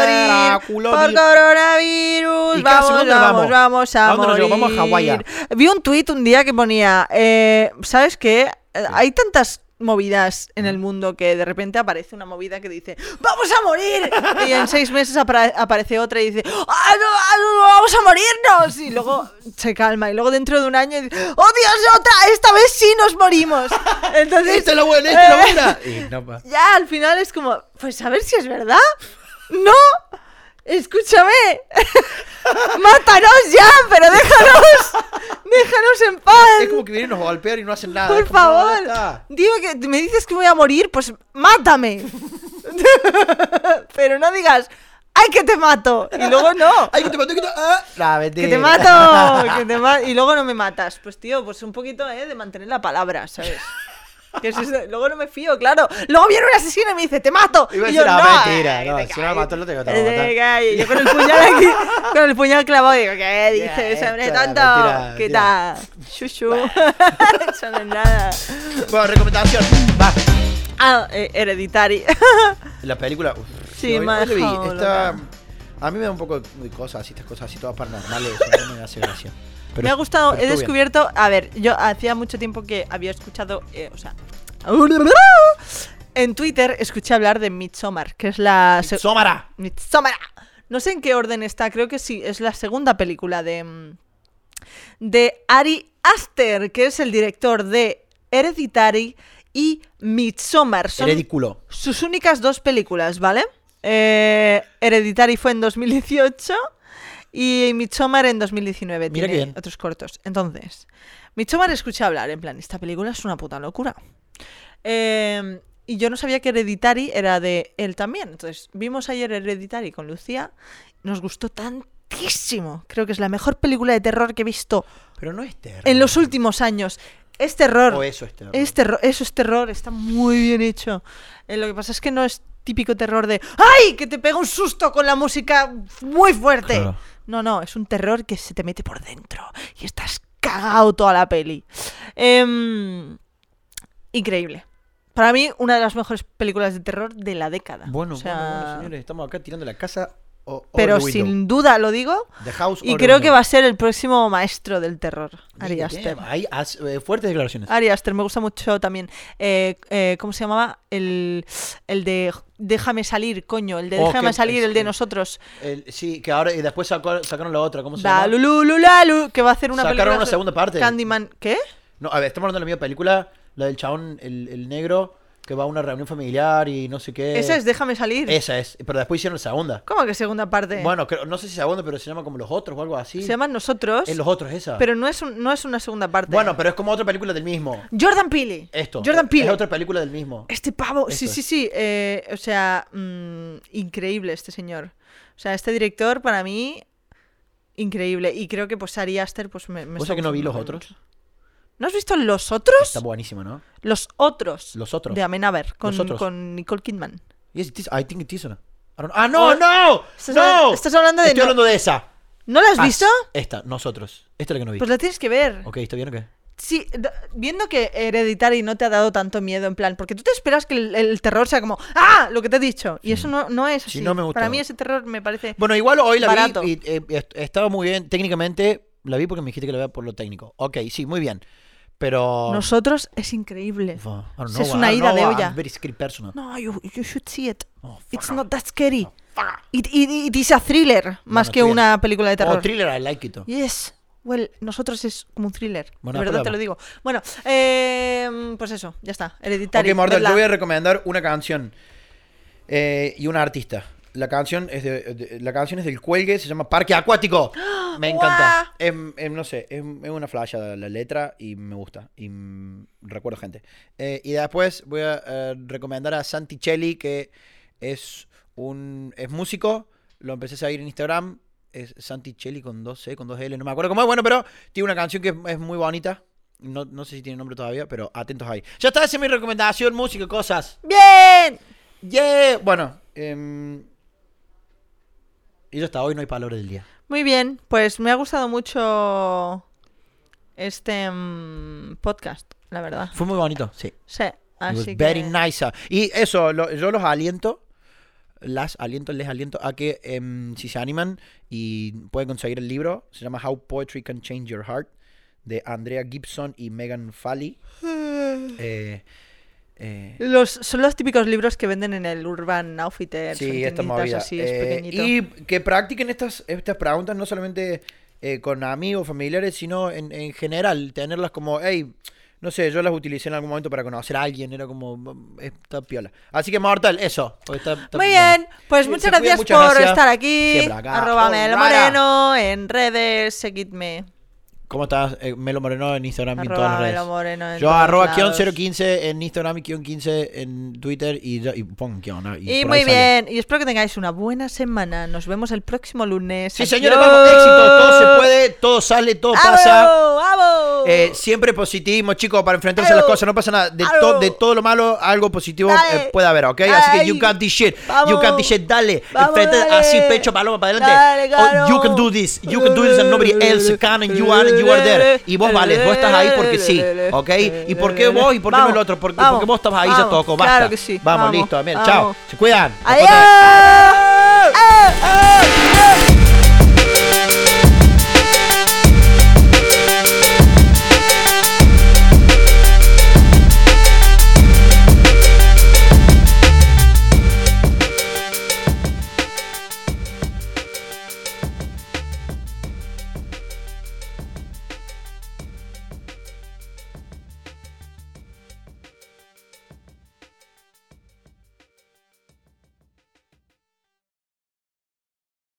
Speaker 1: morir
Speaker 2: culovirus.
Speaker 1: por coronavirus.
Speaker 2: ¿Y qué
Speaker 1: vamos,
Speaker 2: hacemos? ¿Dónde
Speaker 1: vamos,
Speaker 2: vamos?
Speaker 1: vamos a
Speaker 2: ¿A dónde nos
Speaker 1: morir.
Speaker 2: llevamos? Vamos a Hawái, ya.
Speaker 1: Vi un tuit un día que ponía, eh, ¿sabes qué? Eh, Hay tantas movidas en el mundo que de repente aparece una movida que dice ¡Vamos a morir! Y en seis meses apara- aparece otra y dice ¡Ah, no, ah, no, ¡Vamos a morirnos! Y luego se calma y luego dentro de un año dice ¡Oh Dios, otra! ¡Esta vez sí nos morimos! Entonces...
Speaker 2: ¡Esta es la buena, esta es la
Speaker 1: eh,
Speaker 2: buena! Y no, pa.
Speaker 1: Ya, al final es como, pues a ver si es verdad. ¡No! Escúchame. ¡Mátanos ya! ¡Pero déjanos! ¡Déjanos en paz!
Speaker 2: es como que vienen y nos golpean y no hacen nada.
Speaker 1: Por
Speaker 2: Es como, no,
Speaker 1: favor.
Speaker 2: ya está.
Speaker 1: Digo que me dices que voy a morir, pues mátame. Pero no digas, ¡ay, que te mato! Y luego no.
Speaker 2: ¡Ay, que te mato, que te. ¡Ah! La
Speaker 1: ¡Que te mato! que te ma- y luego no me matas. Pues tío, pues un poquito eh, de mantener la palabra, ¿sabes? Que es eso. Luego no me fío, claro. Luego viene un asesino y me dice, ¡te mato!
Speaker 2: Iba a
Speaker 1: y
Speaker 2: decir, "Ah,
Speaker 1: "No,
Speaker 2: mentira,
Speaker 1: ay,
Speaker 2: no,
Speaker 1: te
Speaker 2: si no me
Speaker 1: calles".
Speaker 2: matas, no te voy a matar".
Speaker 1: Te calles. Yo con el puñal aquí, con el puñal clavado, digo, ¿qué dices,
Speaker 2: esto,
Speaker 1: hombre tonto?
Speaker 2: mentira,
Speaker 1: ¿Qué
Speaker 2: mentira.
Speaker 1: tal? Chuchu. Eso no es nada.
Speaker 2: Bueno, recomendación. Va.
Speaker 1: Ah, eh, hereditary.
Speaker 2: La película. uf,
Speaker 1: Sí,
Speaker 2: hoy-
Speaker 1: me ha
Speaker 2: hoy la vi,
Speaker 1: dejado
Speaker 2: esta-
Speaker 1: loca.
Speaker 2: A mí me da un poco de cosas, así, estas cosas así todas paranormales. no me hace gracia. Pero-
Speaker 1: me ha gustado,
Speaker 2: pero
Speaker 1: he
Speaker 2: estuvo bien.
Speaker 1: descubierto, a ver, yo hacía mucho tiempo que había escuchado, eh, o sea, en Twitter escuché hablar de Midsommar, que es la se-
Speaker 2: ¡Sómara!
Speaker 1: Midsommar. No sé en qué orden está, creo que sí, es la segunda película de mm, de Ari Aster, que es el director de Hereditary y Midsommar. Son
Speaker 2: Ridículo.
Speaker 1: sus únicas dos películas, ¿vale? Eh, Hereditary fue en 2018 y Midsommar en 2019.
Speaker 2: Mira
Speaker 1: Tiene
Speaker 2: qué bien.
Speaker 1: otros cortos. Entonces, Midsommar escuché hablar, en plan, esta película es una puta locura. Eh, y yo no sabía que Hereditary era de él también. Entonces, vimos ayer Hereditary con Lucía, nos gustó tantísimo. Creo que es la mejor película de terror que he visto
Speaker 2: Pero no es terror.
Speaker 1: en los últimos años. Es terror.
Speaker 2: O eso es terror.
Speaker 1: Es terror, eso es terror, está muy bien hecho. Eh, lo que pasa es que no es típico terror de ¡Ay! que te pega un susto con la música muy fuerte.
Speaker 2: Claro.
Speaker 1: No, no, es un terror que se te mete por dentro y estás cagado toda la peli. Em, increíble. Para mí, una de las mejores películas de terror de la década.
Speaker 2: Bueno,
Speaker 1: O sea,
Speaker 2: bueno, bueno, señores, estamos acá tirando la casa. O, o
Speaker 1: Pero
Speaker 2: el window.
Speaker 1: sin duda lo digo.
Speaker 2: The House
Speaker 1: Y creo que va a ser el próximo maestro del terror, Ari Aster.
Speaker 2: Hay as- eh, fuertes
Speaker 1: Ah.
Speaker 2: declaraciones.
Speaker 1: Ari Aster, me gusta mucho también. Eh, eh, ¿Cómo se llamaba? El, el de Déjame salir, coño. El de
Speaker 2: Oh,
Speaker 1: Déjame
Speaker 2: qué-
Speaker 1: salir, el de
Speaker 2: sí.
Speaker 1: nosotros.
Speaker 2: El- sí, que ahora. Y después sacó- sacaron la otra. ¿Cómo se
Speaker 1: Da,
Speaker 2: llama?
Speaker 1: lu, lu, la, lu, que va a hacer una
Speaker 2: Sacaron
Speaker 1: película
Speaker 2: una
Speaker 1: sobre
Speaker 2: segunda parte. Eh,
Speaker 1: Candyman. ¿Qué?
Speaker 2: No, a ver, estamos hablando de la misma película. La del chabón, el, el negro, que va a una reunión familiar y no sé qué.
Speaker 1: Esa es Déjame salir.
Speaker 2: Esa es. Pero después hicieron la segunda.
Speaker 1: ¿Cómo que segunda parte?
Speaker 2: Bueno, creo- no sé si segunda, pero se llama como Los Otros o algo así.
Speaker 1: Se llaman Nosotros.
Speaker 2: Es Los Otros, esa.
Speaker 1: Pero no es, un- no es una segunda parte.
Speaker 2: bueno, pero es como otra película del mismo.
Speaker 1: Jordan Peele.
Speaker 2: Esto.
Speaker 1: Jordan
Speaker 2: Es
Speaker 1: Peele.
Speaker 2: otra película del mismo.
Speaker 1: Este pavo. Sí,
Speaker 2: Esto
Speaker 1: sí,
Speaker 2: es.
Speaker 1: sí. eh, o sea, mm, increíble este señor. O sea, este director para mí, increíble. Y creo que pues Ari Aster pues me... me
Speaker 2: ¿Vos
Speaker 1: está
Speaker 2: sabés que no vi
Speaker 1: gustando
Speaker 2: Los Otros?
Speaker 1: mucho. ¿No has visto Los Otros?
Speaker 2: Está buenísimo, ¿no?
Speaker 1: Los Otros.
Speaker 2: Los Otros.
Speaker 1: De Amenábar, con,
Speaker 2: Los Otros.
Speaker 1: con Nicole Kidman.
Speaker 2: Yes, it is. I think it is. I don't- ¡Ah, no,
Speaker 1: Oh,
Speaker 2: no!
Speaker 1: estás
Speaker 2: ¡No!
Speaker 1: hablando- estás hablando de
Speaker 2: Estoy
Speaker 1: no-
Speaker 2: hablando de esa.
Speaker 1: ¿No la has
Speaker 2: Ah,
Speaker 1: visto?
Speaker 2: Esta, nosotros. Esta es la que no vi.
Speaker 1: Pues la tienes que ver.
Speaker 2: Ok, ¿está bien o qué?
Speaker 1: Sí, d- viendo que Hereditary no te ha dado tanto miedo, en plan, porque tú te esperas que el, el terror sea como, ¡ah! Lo que te he dicho. Y eso no, no es
Speaker 2: Sí,
Speaker 1: así.
Speaker 2: no me gustó.
Speaker 1: Para mí ese terror me parece...
Speaker 2: Bueno, igual hoy la
Speaker 1: Barato.
Speaker 2: vi y eh, est- estaba muy bien. Técnicamente la vi porque me dijiste que la vea por lo técnico. Ok, sí, muy bien. Pero.
Speaker 1: Nosotros es increíble.
Speaker 2: Uf, I don't
Speaker 1: Es
Speaker 2: know, I
Speaker 1: una
Speaker 2: don't
Speaker 1: ida de
Speaker 2: know, I'm
Speaker 1: olla.
Speaker 2: very scary person.
Speaker 1: No, you, you should see it.
Speaker 2: Oh, fuck
Speaker 1: It's
Speaker 2: no.
Speaker 1: not that scary.
Speaker 2: Fuck.
Speaker 1: It, it, it is a thriller, más que
Speaker 2: thriller.
Speaker 1: una película de terror.
Speaker 2: Oh, thriller, I like it.
Speaker 1: Yes. Well, nosotros es como un thriller.
Speaker 2: Bueno,
Speaker 1: de verdad
Speaker 2: prueba.
Speaker 1: te lo digo. Bueno, eh, pues eso, ya está. Hereditary.
Speaker 2: Ok, Mordor,
Speaker 1: vedla.
Speaker 2: yo voy a recomendar una canción eh, y un artista. La canción, es de- de- la canción es del Cuelgue, se llama Parque Acuático. Me encanta. Em, em, no sé, es, es una flash la letra y me gusta. Y mm, recuerdo gente. Eh, y después voy a eh, recomendar a Santi Cheli, que es un es músico. Lo empecé a seguir en Instagram. Es Santi Cheli con 2C, con 2L, no me acuerdo cómo es. Bueno, pero tiene una canción que es, es muy bonita. No, no sé si tiene nombre todavía, pero atentos ahí. Ya está, esa es mi recomendación, música, cosas.
Speaker 1: ¡Bien!
Speaker 2: Yeah. Bueno, em, y ya está, hoy no hay palabra del día.
Speaker 1: Muy bien, pues me ha gustado mucho este mm, podcast, la verdad.
Speaker 2: Fue muy bonito, sí.
Speaker 1: Sí,
Speaker 2: It was
Speaker 1: así que...
Speaker 2: very nice. Y eso, lo- yo los aliento, las aliento, les aliento a que em, si se animan y pueden conseguir el libro, se llama How Poetry Can Change Your Heart, de Andrea Gibson y Megan Fally. Eh, eh,
Speaker 1: Los, son los típicos libros que venden en el Urban Outfitter. son
Speaker 2: sí, esta
Speaker 1: tienditas
Speaker 2: movida.
Speaker 1: Así, es
Speaker 2: Eh,
Speaker 1: pequeñito.
Speaker 2: y que practiquen estas, estas preguntas no solamente eh, con amigos, familiares, sino en, en general, tenerlas como, hey, no sé, yo las utilicé en algún momento para conocer a alguien, era como, mm, está piola. Así que Mortal, eso. porque está- está
Speaker 1: Muy
Speaker 2: bueno.
Speaker 1: bien, pues
Speaker 2: Sí,
Speaker 1: muchas
Speaker 2: se cuidan,
Speaker 1: gracias
Speaker 2: muchas
Speaker 1: por
Speaker 2: gracias.
Speaker 1: estar aquí.
Speaker 2: Siempre acá.
Speaker 1: Arroba Melo
Speaker 2: Hola.
Speaker 1: Moreno en redes, seguidme.
Speaker 2: ¿Cómo estás? Eh, Melo Moreno en Instagram y en todas
Speaker 1: Arroba
Speaker 2: las redes.
Speaker 1: Melo Moreno en
Speaker 2: Yo
Speaker 1: todos
Speaker 2: arroba
Speaker 1: lados.
Speaker 2: guión 015 en Instagram y guión 15 en Twitter y, ya- y pon guión. ¿no?
Speaker 1: Y
Speaker 2: por
Speaker 1: muy
Speaker 2: ahí sale.
Speaker 1: bien, y espero que tengáis una buena semana. Nos vemos el próximo lunes.
Speaker 2: Sí, señores, vamos, éxito. Todo se puede, todo sale, todo pasa.
Speaker 1: ¡Vamos! ¡Vamos!
Speaker 2: Eh, siempre positivismo, chicos, para enfrentarse a las
Speaker 1: Au.
Speaker 2: cosas. No pasa nada. De,
Speaker 1: Au.
Speaker 2: to- de todo lo malo, algo positivo
Speaker 1: Dale.
Speaker 2: eh, puede haber, ¿ok? Así que
Speaker 1: Ay.
Speaker 2: you can this shit. You
Speaker 1: Vamos.
Speaker 2: can this shit. Dale.
Speaker 1: Vamos,
Speaker 2: Enfrente
Speaker 1: dale.
Speaker 2: así, pecho, paloma, para
Speaker 1: Dale,
Speaker 2: adelante.
Speaker 1: claro.
Speaker 2: Oh, you can do this. You can do this and nobody else can. And you are, and you are there. Y vos vales. Vos estás ahí porque sí, ¿ok? ¿Y por qué vos y por qué no
Speaker 1: Vamos,
Speaker 2: el otro? Porque,
Speaker 1: vamos,
Speaker 2: porque vos estabas ahí, ya
Speaker 1: vamos.
Speaker 2: tocó. Basta.
Speaker 1: Claro que sí.
Speaker 2: Vamos,
Speaker 1: Vamos,
Speaker 2: listo. Amén.
Speaker 1: vamos.
Speaker 2: Chao. Se cuidan. Nos
Speaker 1: ¡Adiós!
Speaker 2: vemos.
Speaker 1: ¡Eh! ¡Eh!